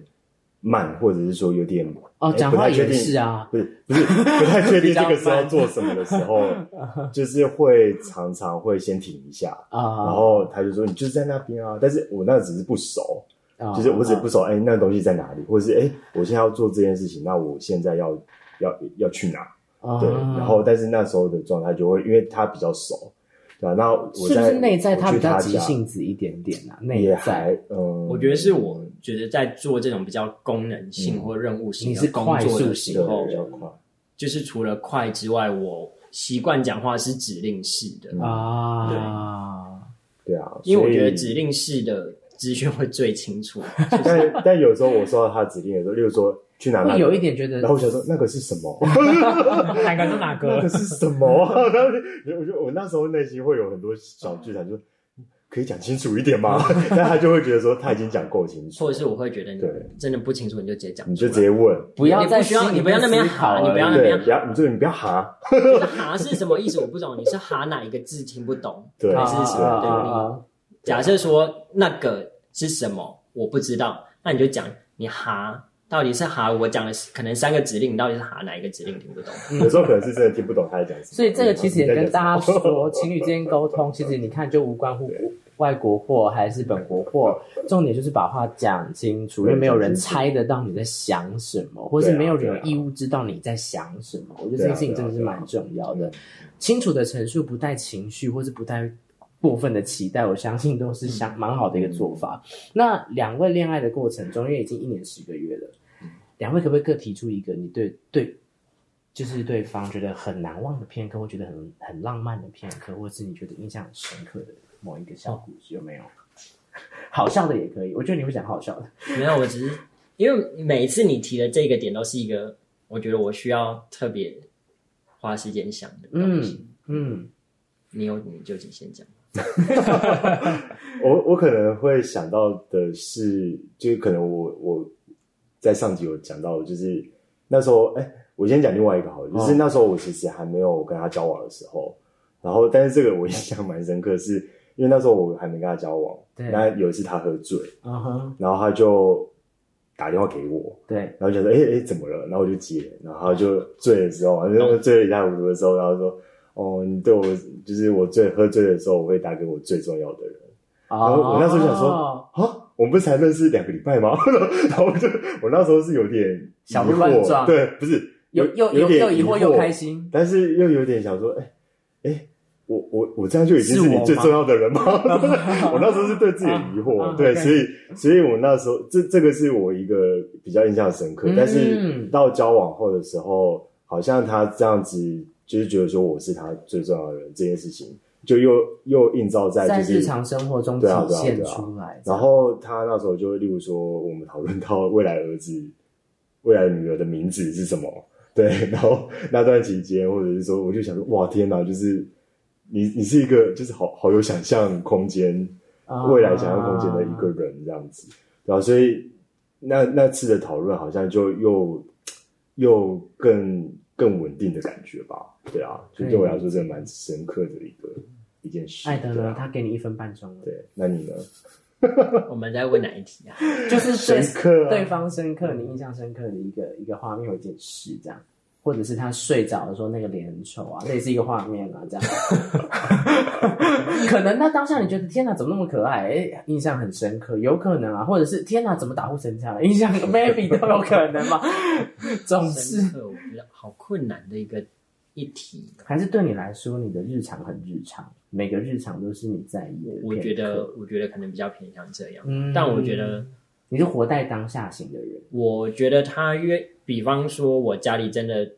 [SPEAKER 2] 慢，或者是说有点
[SPEAKER 1] 哦，
[SPEAKER 2] 哎
[SPEAKER 1] 讲
[SPEAKER 2] 不
[SPEAKER 1] 话
[SPEAKER 2] 太确
[SPEAKER 1] 也
[SPEAKER 2] 定
[SPEAKER 1] 是啊，
[SPEAKER 2] 不是不是不太 确
[SPEAKER 1] 比
[SPEAKER 2] 定
[SPEAKER 1] 较
[SPEAKER 2] 这
[SPEAKER 1] 慢
[SPEAKER 2] 个时候做什么的时候， 就是会常常会先停一下，然
[SPEAKER 1] 啊，
[SPEAKER 2] 后他就说你就是在那边啊，但是我那只是不熟，
[SPEAKER 1] 啊
[SPEAKER 2] 就是我只不熟，哎、那个东西在哪里，或者是哎、我现在要做这件事情，那我现在要要要去哪？
[SPEAKER 1] 啊
[SPEAKER 2] 对，然后但是那时候的状态就会，因为他比较熟，对啊，那我
[SPEAKER 1] 是不
[SPEAKER 2] 在
[SPEAKER 1] 是内在
[SPEAKER 2] 我
[SPEAKER 1] 他
[SPEAKER 2] 去
[SPEAKER 1] 比较
[SPEAKER 2] 他
[SPEAKER 1] 急
[SPEAKER 2] 家
[SPEAKER 1] 性子一点点啊？内
[SPEAKER 2] 也
[SPEAKER 1] 在
[SPEAKER 2] 还嗯，
[SPEAKER 3] 我觉得是我觉得在做这种比较功能性或任务
[SPEAKER 1] 嗯
[SPEAKER 3] 性
[SPEAKER 1] 你
[SPEAKER 3] 的
[SPEAKER 1] 是
[SPEAKER 3] 工
[SPEAKER 1] 快
[SPEAKER 3] 作
[SPEAKER 1] 速
[SPEAKER 3] 的
[SPEAKER 1] 型
[SPEAKER 3] 时
[SPEAKER 2] 对
[SPEAKER 3] 候，
[SPEAKER 2] 比较快，
[SPEAKER 3] 就是除了快之外，我习惯讲话是指令式的，
[SPEAKER 2] 嗯
[SPEAKER 1] 啊，
[SPEAKER 2] 对啊，
[SPEAKER 3] 因为我
[SPEAKER 2] 所以
[SPEAKER 3] 觉得指令式的资讯会最清楚。
[SPEAKER 2] 但但有时候我收到他指令的时候，例如说去哪哪
[SPEAKER 1] 会
[SPEAKER 2] 里
[SPEAKER 1] 有一点觉得
[SPEAKER 2] 然后我想说那个是什么？
[SPEAKER 4] 哪个是哪
[SPEAKER 2] 那个
[SPEAKER 4] 个？
[SPEAKER 2] 是什么？然后我就我那时候内心会有很多小剧场，就可以讲清楚一点吗？ 但他就会觉得说他已经讲够清楚
[SPEAKER 3] 或，者是我会觉得你
[SPEAKER 2] 对
[SPEAKER 3] 真的不清楚，你就直接讲出来，
[SPEAKER 2] 你就直接问，
[SPEAKER 1] 不要
[SPEAKER 3] 你
[SPEAKER 1] 在
[SPEAKER 3] 不需要
[SPEAKER 1] 心里
[SPEAKER 3] 你不要
[SPEAKER 1] 面
[SPEAKER 3] 那边
[SPEAKER 1] 思考
[SPEAKER 3] 喊你不要
[SPEAKER 1] 而已
[SPEAKER 3] 那边
[SPEAKER 2] 对，不要你就你不要哈，
[SPEAKER 3] 就是哈是什么意思我不懂，你是哈哪一个字听不懂，
[SPEAKER 2] 对
[SPEAKER 3] 还
[SPEAKER 1] 啊
[SPEAKER 3] 是
[SPEAKER 1] 啊
[SPEAKER 3] 什么？
[SPEAKER 1] 啊
[SPEAKER 3] 对，
[SPEAKER 1] 啊啊
[SPEAKER 3] 假设说那个是什么，我不知道，那你就讲你哈到底是哈，我讲的是可能三个指令，你到底是哈哪一个指令听不懂？
[SPEAKER 2] 有时候可能是真的听不懂他在讲什么。
[SPEAKER 1] 所以这个其实也跟大家
[SPEAKER 2] 你在讲什么
[SPEAKER 1] 说，情侣之间沟通，其实你看就无关乎外国货还是本国货，重点就是把话讲清楚，因为没有人猜得到你在想什么，或是没有人有义务知道你在想什么。我觉得这件事情真的是蛮重要的。清楚的陈述，不带情绪，或是不带过分的期待，我相信都是相蛮好的一个做法。那两位恋爱的过程中，因为已经一年十个月了，两位可不可以各提出一个你对对，就是对方觉得很难忘的片刻，或觉得很很浪漫的片刻，或是你觉得印象很深刻的某一个小故事，有没有？好笑的也可以，我觉得你会讲好笑的。
[SPEAKER 3] 没有，我只是因为每一次你提的这个点都是一个，我觉得我需要特别花时间想的东西。
[SPEAKER 1] 嗯，
[SPEAKER 3] 你有你就请先讲。
[SPEAKER 2] 我我可能会想到的是，就是可能我我在上集有讲到，就是那时候，哎、我先讲另外一个好了，就是那时候我其实还没有跟他交往的时候，然后但是这个我印象蛮深刻是，因为那时候我还没跟他交往，
[SPEAKER 1] 对
[SPEAKER 2] 那有一次他喝醉，
[SPEAKER 1] 嗯哼，
[SPEAKER 2] 然后他就打电话给我，
[SPEAKER 1] 对，
[SPEAKER 2] 然后就说：“哎、哎、怎么了？”然后我就接，然后他就醉的时候，反正醉了一塌糊涂的时候，然后说：“哦，你对我就是我醉喝醉的时候，我会打给我最重要的人。”然后我那时候就想说
[SPEAKER 1] 哦，
[SPEAKER 2] 啊，我们不是才认识两个礼拜吗？然后我就我那时候是有点
[SPEAKER 1] 小
[SPEAKER 2] 疑惑
[SPEAKER 1] 鹿乱撞
[SPEAKER 2] 对，不是
[SPEAKER 1] 又又
[SPEAKER 2] 有
[SPEAKER 1] 又
[SPEAKER 2] 点
[SPEAKER 1] 又疑惑
[SPEAKER 2] 惑
[SPEAKER 1] 又开，心，
[SPEAKER 2] 但是又有点想说，哎、哎、我我我这样就已经
[SPEAKER 1] 是
[SPEAKER 2] 是你
[SPEAKER 1] 我
[SPEAKER 2] 最
[SPEAKER 1] 吗
[SPEAKER 2] 重要的人吗？我那时候是对自己的疑惑，
[SPEAKER 1] 啊啊
[SPEAKER 2] 对
[SPEAKER 1] OK
[SPEAKER 2] 所以所以我那时候这这个是我一个比较印象深刻，
[SPEAKER 1] 嗯
[SPEAKER 2] 但是到交往后的时候，好像他这样子就是觉得说我是他最重要的人这件事情，就又又映照在
[SPEAKER 1] 在
[SPEAKER 2] 就是
[SPEAKER 1] 日常生活中体
[SPEAKER 2] 对啊对啊
[SPEAKER 1] 现
[SPEAKER 2] 对啊
[SPEAKER 1] 出来。
[SPEAKER 2] 然后他那时候就，例如说，我们讨论到未来儿子、未来女儿的名字是什么，对。 然后那段期间，或者是说，我就想说，哇，天哪，就是你，你是一个就是好好有想象空间，
[SPEAKER 1] 啊
[SPEAKER 2] 未来想象空间的一个人这样子，对啊，所以那那次的讨论好像就又又更更稳定的感觉吧，对啊，就对我来说，真的蛮深刻的一个一件事。
[SPEAKER 1] 艾德
[SPEAKER 2] 对
[SPEAKER 1] 呢，
[SPEAKER 2] 啊
[SPEAKER 1] 他给你一分半钟了，
[SPEAKER 2] 对，那你呢？
[SPEAKER 3] 我们在问哪一题啊？
[SPEAKER 1] 就是最
[SPEAKER 2] 深刻啊
[SPEAKER 1] 对方深刻，你印象深刻的一个一个画面或一件事这样，或者是他睡着的时候那个脸很丑啊，那也是一个画面啊，这 样。可能他当下你觉得天哪，怎么那么可爱？哎，印象很深刻，有可能啊，或者是天哪，怎么打呼成这样？印象 maybe 都有可能 嘛，总是
[SPEAKER 3] 深刻，我觉得好困难的一个一题。
[SPEAKER 1] 还是对你来说，你的日常很日常，每个日常都是你在意的片刻。
[SPEAKER 3] 我觉得，我觉得可能比较偏向这样，
[SPEAKER 1] 嗯
[SPEAKER 3] 但我觉得，
[SPEAKER 1] 你是活在当下型的人，
[SPEAKER 3] 我觉得他约，比方说，我家里真的，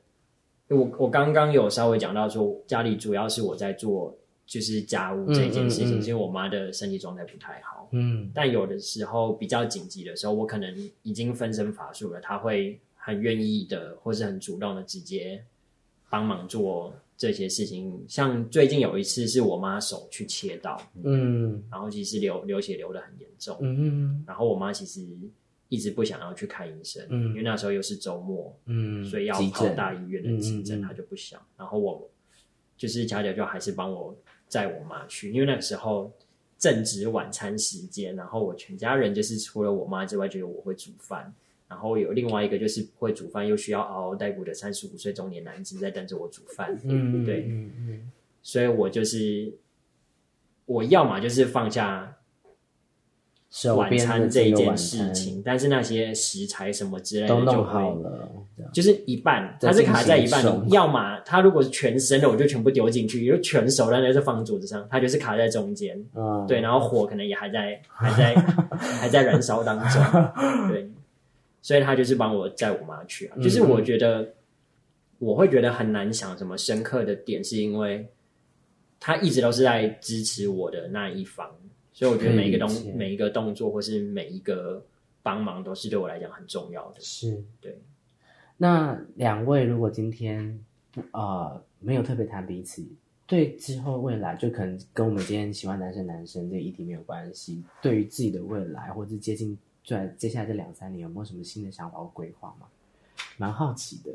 [SPEAKER 3] 我我刚刚有稍微讲到说，家里主要是我在做就是家务这件事
[SPEAKER 1] 嗯嗯
[SPEAKER 3] 情，
[SPEAKER 1] 嗯
[SPEAKER 3] 是因为我妈的身体状态不太好，
[SPEAKER 1] 嗯
[SPEAKER 3] 但有的时候比较紧急的时候，我可能已经分身乏术了，他会很愿意的，或是很主动的直接帮忙做这些事情。像最近有一次是我妈手去切到，
[SPEAKER 1] 嗯
[SPEAKER 3] 然后其实流流血流的很严重，
[SPEAKER 1] 嗯
[SPEAKER 3] 然后我妈其实一直不想要去看医生，
[SPEAKER 1] 嗯
[SPEAKER 3] 因为那时候又是周末，
[SPEAKER 1] 嗯，
[SPEAKER 3] 所以要
[SPEAKER 1] 急
[SPEAKER 3] 跑
[SPEAKER 1] 诊
[SPEAKER 3] 大医院的急
[SPEAKER 1] 嗯嗯嗯
[SPEAKER 3] 诊，她就不想。然后我就是巧巧就还是帮我载我妈去，因为那个时候正值晚餐时间，然后我全家人就是除了我妈之外，就有我会煮饭。然后有另外一个就是不会煮饭又需要嗷嗷待哺的三十五岁中年男子在等着我煮饭，
[SPEAKER 1] 嗯，
[SPEAKER 3] 对
[SPEAKER 1] 嗯嗯
[SPEAKER 3] 所以我就是我要么就是放下
[SPEAKER 1] 手
[SPEAKER 3] 晚
[SPEAKER 1] 边的
[SPEAKER 3] 餐这一
[SPEAKER 1] 个
[SPEAKER 3] 件
[SPEAKER 1] 晚
[SPEAKER 3] 事
[SPEAKER 1] 餐
[SPEAKER 3] 情，但是那些食材什么之类的
[SPEAKER 1] 都
[SPEAKER 3] 就
[SPEAKER 1] 弄好
[SPEAKER 3] 会
[SPEAKER 1] 了，这样
[SPEAKER 3] 就是一半，
[SPEAKER 1] 再
[SPEAKER 3] 它是卡在一
[SPEAKER 1] 进行
[SPEAKER 3] 半
[SPEAKER 1] 送
[SPEAKER 3] 的，要么它如果是全生的，我就全部丢进去；，因为全熟的那就放桌子上，它就是卡在中间。
[SPEAKER 1] 嗯，
[SPEAKER 3] 对，，然后火可能也 还在还在还在燃烧当中，对，所以他就是帮我载我妈去啊。
[SPEAKER 1] 嗯
[SPEAKER 3] 就是我觉得我会觉得很难想什么深刻的点，是因为他一直都是在支持我的那一方，所以我觉得每一个
[SPEAKER 1] 可以理解
[SPEAKER 3] 动每一个动作或是每一个帮忙都是对我来讲很重要的。
[SPEAKER 1] 是，
[SPEAKER 3] 对。
[SPEAKER 1] 那两位如果今天不呃没有特别谈彼此，对之后未来就可能跟我们今天喜欢男生男生这个议题没有关系，对于自己的未来或者接近在接下来这两三年有没有什么新的想法或规划吗？蛮好奇 的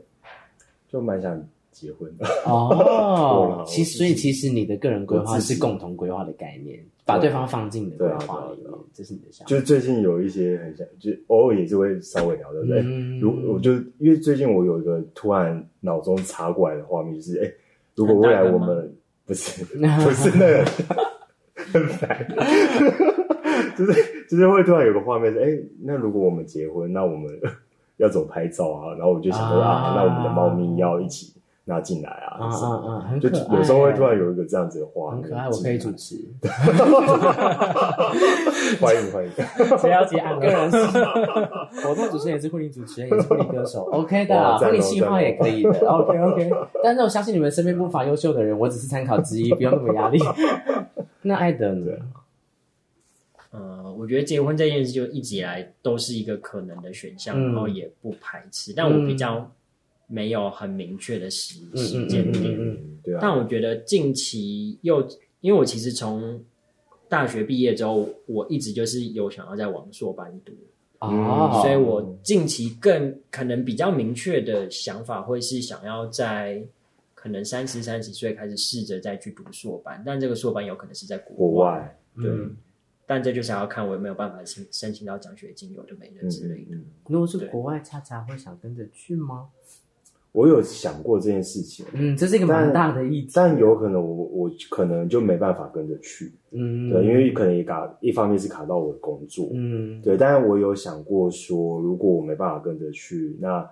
[SPEAKER 2] 就蛮想结婚的。
[SPEAKER 1] 哦
[SPEAKER 2] 我。自己
[SPEAKER 1] 其实所以其实你的个人规划
[SPEAKER 2] 我自
[SPEAKER 1] 是
[SPEAKER 2] 己
[SPEAKER 1] 共同规划的概念，把对方放进你的
[SPEAKER 2] 对
[SPEAKER 1] 规
[SPEAKER 2] 啊
[SPEAKER 1] 划里
[SPEAKER 2] 对啊
[SPEAKER 1] 面
[SPEAKER 2] 对啊，
[SPEAKER 1] 这是你的想法
[SPEAKER 2] 就。是最近有一些很像，就偶尔也是会稍微聊，对不对？
[SPEAKER 1] 嗯
[SPEAKER 2] 如我就因为最近我有一个突然脑中插过来的画面，就是哎、如果未来我
[SPEAKER 3] 很大
[SPEAKER 2] 们不是不是那个 很烦，就是就是会突然有个画面是哎、那如果我们结婚，那我们 要怎么拍照啊？然后我就想说啊
[SPEAKER 1] 啊
[SPEAKER 2] 那我们的猫咪要一起拿进来啊，
[SPEAKER 1] 啊
[SPEAKER 2] 什
[SPEAKER 1] 啊
[SPEAKER 2] 么
[SPEAKER 1] 啊，很
[SPEAKER 2] 的
[SPEAKER 1] 可
[SPEAKER 2] 就
[SPEAKER 1] 爱。欸
[SPEAKER 2] 有时候会突然有一个这样子的画
[SPEAKER 1] 很
[SPEAKER 2] 面，
[SPEAKER 1] 可爱，我可以主持。
[SPEAKER 2] 欢迎欢迎，
[SPEAKER 4] 谁要接案
[SPEAKER 1] 个
[SPEAKER 4] 了？
[SPEAKER 1] 人是 活动主持人也是婚礼主持人，也是婚礼歌手，OK
[SPEAKER 2] 哇
[SPEAKER 1] 的，啊
[SPEAKER 2] 赞哦
[SPEAKER 1] 婚礼计
[SPEAKER 2] 赞
[SPEAKER 1] 划
[SPEAKER 2] 哦
[SPEAKER 1] 也可以的，OK OK。但是我相信你们身边不乏优秀的人，我只是参考之一，不用那么压力。 那艾德呢？
[SPEAKER 3] 呃，我觉得结婚这件事就一直以来都是一个可能的选
[SPEAKER 1] 嗯
[SPEAKER 3] 项，然后也不排斥，但我比较没有很明确的时
[SPEAKER 1] 嗯
[SPEAKER 3] 时
[SPEAKER 1] 嗯
[SPEAKER 3] 间
[SPEAKER 1] 嗯
[SPEAKER 3] 点。
[SPEAKER 1] 嗯嗯，
[SPEAKER 2] 嗯，对啊，
[SPEAKER 3] 但我觉得近期又，因为我其实从大学毕业之后，我一直就是有想要在网硕班读，
[SPEAKER 1] 哦，
[SPEAKER 3] 嗯所以我近期更可能比较明确的想法会是想要在可能三十三十岁开始试着再去读硕班，但这个硕班有可能是在
[SPEAKER 2] 国
[SPEAKER 3] 国外，
[SPEAKER 2] 外。
[SPEAKER 3] 对。
[SPEAKER 1] 嗯，
[SPEAKER 3] 但这就是要看我有没有办法申申请到奖学金，有的没的之类的。
[SPEAKER 2] 嗯
[SPEAKER 1] 如果是国外，恰恰会想跟着去吗？
[SPEAKER 2] 我有想过这件事情，
[SPEAKER 1] 嗯，这是一个蛮大的议题。啊
[SPEAKER 2] 但有可能我我可能就没办法跟着去，
[SPEAKER 1] 嗯，
[SPEAKER 2] 对，因为可能也卡，一方面是卡到我的工作，
[SPEAKER 1] 嗯，
[SPEAKER 2] 对，但是我有想过说，如果我没办法跟着去，那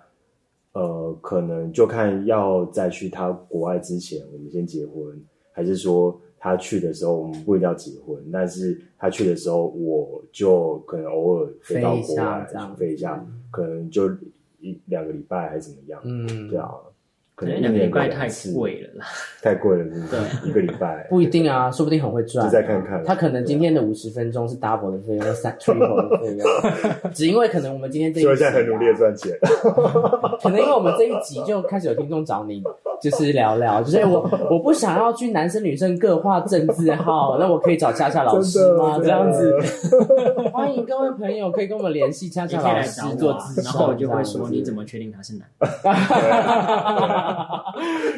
[SPEAKER 2] 呃，可能就看要再去他国外之前，我们先结婚，还是说他去的时候我们不一定要结婚，但是他去的时候，我就可能偶尔飞到
[SPEAKER 1] 飞一
[SPEAKER 2] 国
[SPEAKER 1] 下
[SPEAKER 2] 外
[SPEAKER 1] 这样
[SPEAKER 2] 飞一下，可能就一两个礼拜还是怎么样，
[SPEAKER 1] 嗯，
[SPEAKER 2] 对啊。可
[SPEAKER 3] 可
[SPEAKER 2] 能一
[SPEAKER 3] 能两个
[SPEAKER 2] 年
[SPEAKER 3] 礼拜
[SPEAKER 2] 两
[SPEAKER 3] 太
[SPEAKER 2] 次
[SPEAKER 3] 贵了啦，
[SPEAKER 2] 太贵了，是不是？一个礼拜
[SPEAKER 1] 不一定啊，说不定很会赚
[SPEAKER 2] 就
[SPEAKER 1] 啊。
[SPEAKER 2] 再看看。
[SPEAKER 1] 他可能今天的五十分钟是 double 的费用， 三 triple 的费用，只因为可能我们今天这啊一
[SPEAKER 2] 就
[SPEAKER 1] 集、啊
[SPEAKER 2] 现在很努力的赚钱，
[SPEAKER 1] 可能因为我们这一集就开始有听众找你，就是聊聊，就是哎 我我不想要去男生女生各画政治 号，那我可以找恰恰老师吗？
[SPEAKER 2] 真的
[SPEAKER 1] 这样子，欢迎各位朋友可以跟我们联系恰
[SPEAKER 3] 你
[SPEAKER 1] 恰
[SPEAKER 3] 可以
[SPEAKER 1] 老
[SPEAKER 3] 来
[SPEAKER 1] 师
[SPEAKER 3] 找我
[SPEAKER 1] 做
[SPEAKER 3] 啊
[SPEAKER 1] 咨，询，
[SPEAKER 3] 然后我就会说
[SPEAKER 1] 这样子
[SPEAKER 3] 你怎么确定他是男的？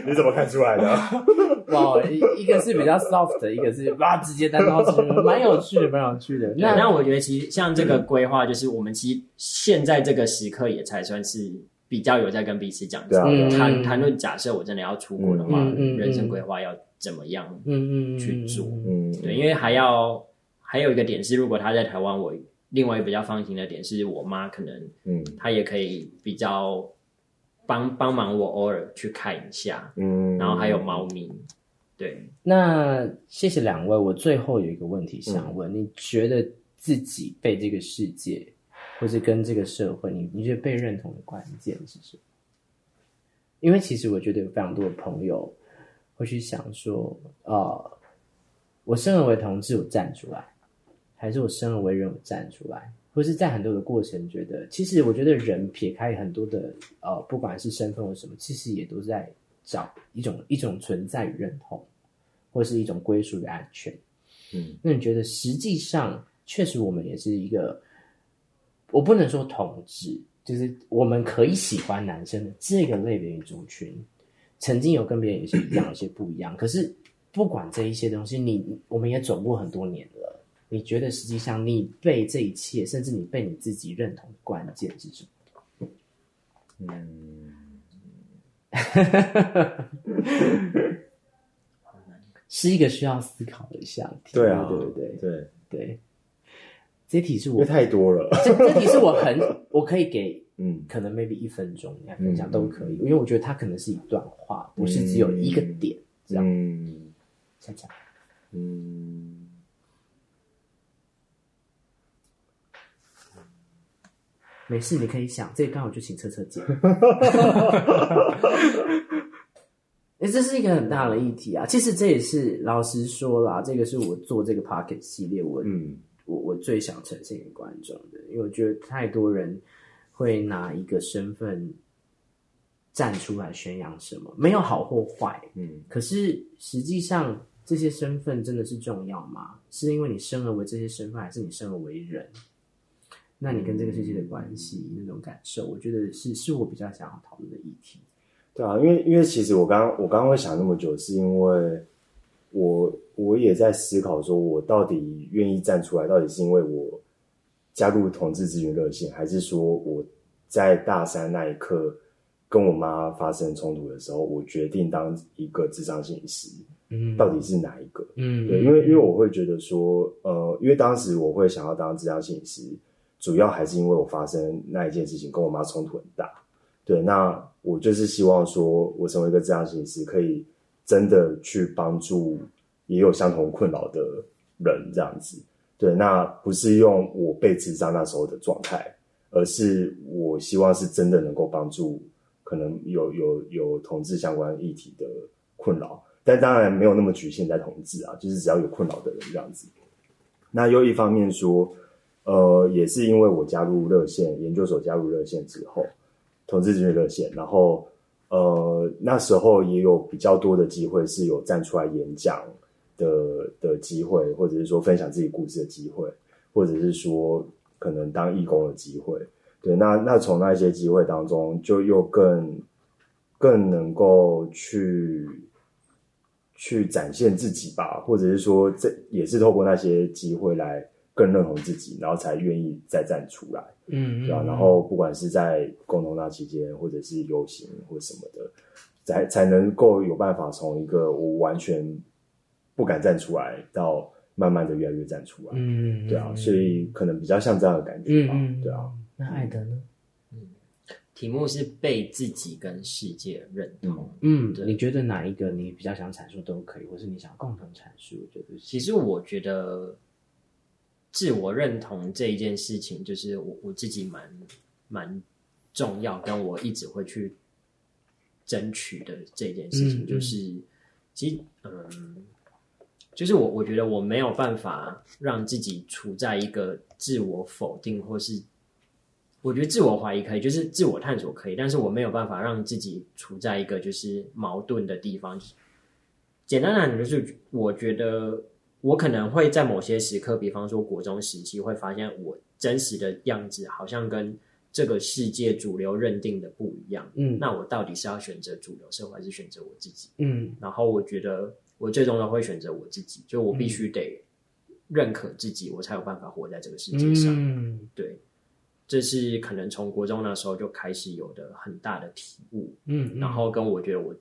[SPEAKER 2] 你怎么看出 来的？
[SPEAKER 3] 啊
[SPEAKER 1] 哇，一一个是比较 soft 的，一个是哇直接单刀直入，蛮有趣的，蛮有趣的。
[SPEAKER 3] 那
[SPEAKER 1] 那
[SPEAKER 3] 那我觉得其实像这个规划，就是我们其实现在这个时刻也才算是比较有在跟彼此讲
[SPEAKER 2] 对啊对啊
[SPEAKER 3] 谈谈论。假设我真的要出国的话，
[SPEAKER 1] 嗯嗯嗯
[SPEAKER 3] 人生规划要怎么样？
[SPEAKER 1] 嗯嗯嗯
[SPEAKER 3] 去做
[SPEAKER 2] 嗯，
[SPEAKER 3] 对，因为还要还有一个点是，如果他在台湾，我另外一个比较放心的点是我妈可能
[SPEAKER 2] 嗯
[SPEAKER 3] 她也可以比较帮帮忙我偶尔去看一下，
[SPEAKER 2] 嗯，
[SPEAKER 3] 然后还有猫咪，对，
[SPEAKER 1] 那谢谢两位，我最后有一个问题想问，你觉得自己被这个世界，或是跟这个社会，你你觉得被认同的关键是什么？因为其实我觉得有非常多的朋友会去想说，呃，我生而为同志，我站出来，还是我生而为人，我站出来，或是在很多的过程，觉得其实我觉得人撇开很多的呃，不管是身份或什么，其实也都在找一种一种存在与认同，或是一种归属与安全。
[SPEAKER 2] 嗯
[SPEAKER 1] 那你觉得实际上，确实我们也是一个，我不能说同志，就是我们可以喜欢男生的这个类别与族群，曾经有跟别人也是一样，有些不一样。可是不管这一些东西，你我们也走过很多年了。你觉得实际上你被这一切，甚至你被你自己认同的关键是什么？
[SPEAKER 2] 嗯，
[SPEAKER 1] 是一个需要思考的项题，
[SPEAKER 2] 对啊，
[SPEAKER 1] 对不对？
[SPEAKER 2] 对，
[SPEAKER 1] 对，这题是
[SPEAKER 2] 因
[SPEAKER 1] 我
[SPEAKER 2] 为太多了，
[SPEAKER 1] 这这题是我很我可以给
[SPEAKER 2] 嗯
[SPEAKER 1] 可能 maybe 一分钟来分享
[SPEAKER 2] 嗯
[SPEAKER 1] 都可以，因为我觉得它可能是一段话，不是只有一个点。这样
[SPEAKER 2] 嗯
[SPEAKER 1] 恰恰
[SPEAKER 2] 嗯，
[SPEAKER 1] 没事，你可以想，这一段我就请车车 姐。哎，这是一个很大的议题啊！其实这也是老实说啦，这个是我做这个 Pocket 系列，我
[SPEAKER 2] 嗯
[SPEAKER 1] 我我最想呈现给观众的，因为我觉得太多人会拿一个身份站出来宣扬什么，没有好或坏，
[SPEAKER 2] 嗯
[SPEAKER 1] 可是实际上，这些身份真的是重要吗？是因为你生而为这些身份，还是你生而为人？那你跟这个世界的关系那种感受，我觉得是是我比较想要讨论的议题。
[SPEAKER 2] 对啊，因为因为其实我刚刚我刚刚会想那么久，是因为我我也在思考，说我到底愿意站出来，到底是因为我加入同志咨询热线，还是说我在大三那一刻跟我妈发生冲突的时候，我决定当一个智商心理师，
[SPEAKER 1] 嗯，
[SPEAKER 2] 到底是哪一个？
[SPEAKER 1] 嗯，
[SPEAKER 2] 对，因为因为我会觉得说，呃，因为当时我会想要当智商心理师，主要还是因为我发生那一件事情跟我妈冲突很大。对，那我就是希望说，我成为一个智商心理师，可以真的去帮助也有相同困扰的人这样子。对，那不是用我被智商那时候的状态，而是我希望是真的能够帮助可能有有有同志相关议题的困扰，但当然没有那么局限在同志啊，就是只要有困扰的人这样子。那又一方面说，呃，也是因为我加入热线研究所加入热线之后，同志咨询热线，然后呃那时候也有比较多的机会是有站出来演讲的的机会，或者是说分享自己故事的机会，或者是说可能当义工的机会。对，那那从那些机会当中，就又更更能够去去展现自己吧，或者是说，这也是透过那些机会来更认同自己，然后才愿意再站出来，
[SPEAKER 1] 嗯，
[SPEAKER 2] 对吧、
[SPEAKER 1] 嗯
[SPEAKER 2] 然后不管是在共同那期间，或者是游行或什么的，才才能够有办法从一个我完全不敢站出来，到慢慢的越来越站出来，
[SPEAKER 1] 嗯，
[SPEAKER 2] 对啊，所以可能比较像这样的感觉
[SPEAKER 1] 嗯
[SPEAKER 2] 吧，
[SPEAKER 1] 嗯，
[SPEAKER 2] 对啊，。
[SPEAKER 1] 那艾德呢？
[SPEAKER 3] 题目是被自己跟世界认同。
[SPEAKER 1] 嗯，
[SPEAKER 3] 对
[SPEAKER 1] 你觉得哪一个你比较想阐述都可以，或是你想要共同阐述？我觉得是
[SPEAKER 3] 其实我觉得自我认同这一件事情，就是我我自己蛮蛮重要，跟我一直会去争取的这件事
[SPEAKER 1] 嗯
[SPEAKER 3] 情，
[SPEAKER 1] 嗯
[SPEAKER 3] 就是其实嗯，就是我我觉得我没有办法让自己处在一个自我否定或是。我觉得自我怀疑可以，就是自我探索可以，但是我没有办法让自己处在一个就是矛盾的地方，简单来讲，就是我觉得我可能会在某些时刻，比方说国中时期，会发现我真实的样子好像跟这个世界主流认定的不一样。
[SPEAKER 1] 嗯
[SPEAKER 3] 那我到底是要选择主流社会，还是选择我自己？
[SPEAKER 1] 嗯
[SPEAKER 3] 然后我觉得我最终都会选择我自己，就我必
[SPEAKER 1] 嗯
[SPEAKER 3] 须得认可自己，我才有办法活在这个世界上。
[SPEAKER 1] 嗯
[SPEAKER 3] 对，这是可能从国中那时候就开始有的很大的体悟。
[SPEAKER 1] 嗯，
[SPEAKER 3] 然后跟我觉得我，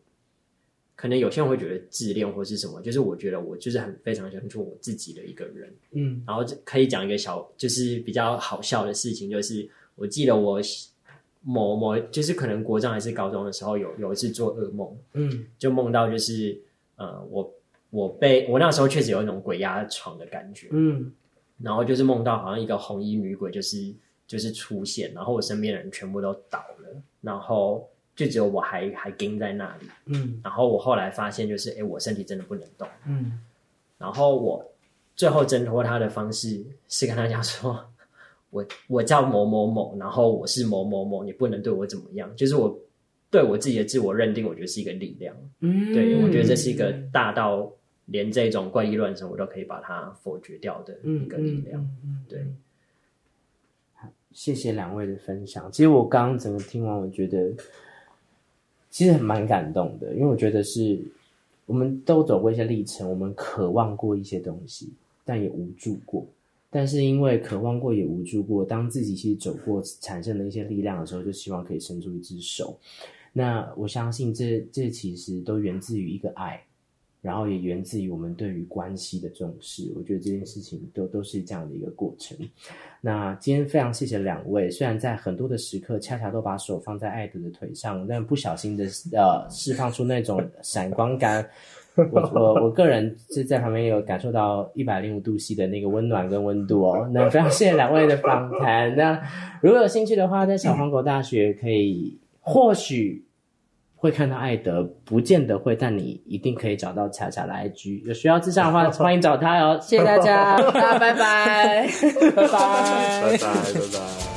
[SPEAKER 3] 可能有些人会觉得自恋或是什么，就是我觉得我就是很非常相信我自己的一个人。
[SPEAKER 1] 嗯
[SPEAKER 3] 然后这可以讲一个小，就是比较好笑的事情，就是我记得我某某就是可能国中还是高中的时候有有一次做噩梦，
[SPEAKER 1] 嗯
[SPEAKER 3] 就梦到就是呃我我被我那时候确实有一种鬼压床的感觉，
[SPEAKER 1] 嗯
[SPEAKER 3] 然后就是梦到好像一个红衣女鬼，就是就是出现，然后我身边的人全部都倒了，然后就只有我还还跟在那里。
[SPEAKER 1] 嗯
[SPEAKER 3] 然后我后来发现，就是哎，诶我身体真的不能动。
[SPEAKER 1] 嗯
[SPEAKER 3] 然后我最后挣脱他的方式是跟他讲说，我我叫某某某，然后我是某某某，你不能对我怎么样。就是我对我自己的自我认定，我觉得是一个力量。
[SPEAKER 1] 嗯，
[SPEAKER 3] 对我觉得这是一个大到连这种怪力乱神我都可以把它否决掉的一个力量。
[SPEAKER 1] 嗯嗯对。谢谢两位的分享。其实我刚刚整个听完，我觉得其实很蛮感动的，因为我觉得是我们都走过一些历程，我们渴望过一些东西，但也无助过。但是因为渴望过也无助过，当自己其实走过产生的一些力量的时候，就希望可以伸出一只手。那我相信这这其实都源自于一个爱，然后也源自于我们对于关系的重视。我觉得这件事情都都是这样的一个过程。那今天非常谢谢两位，虽然在很多的时刻恰恰都把手放在艾德的腿上，但不小心的呃释放出那种闪光感。我我我个人是在旁边有感受到一百零五度 C 的那个温暖跟温度哦。那非常谢谢两位的访谈。那如果有兴趣的话，在小黄狗大学可以或许会看到艾德，不见得会，但你一定可以找到恰恰的 IG。有需要智障的 话，欢迎 找他哦。谢谢大家，大家拜拜，拜拜。
[SPEAKER 2] 拜拜拜拜。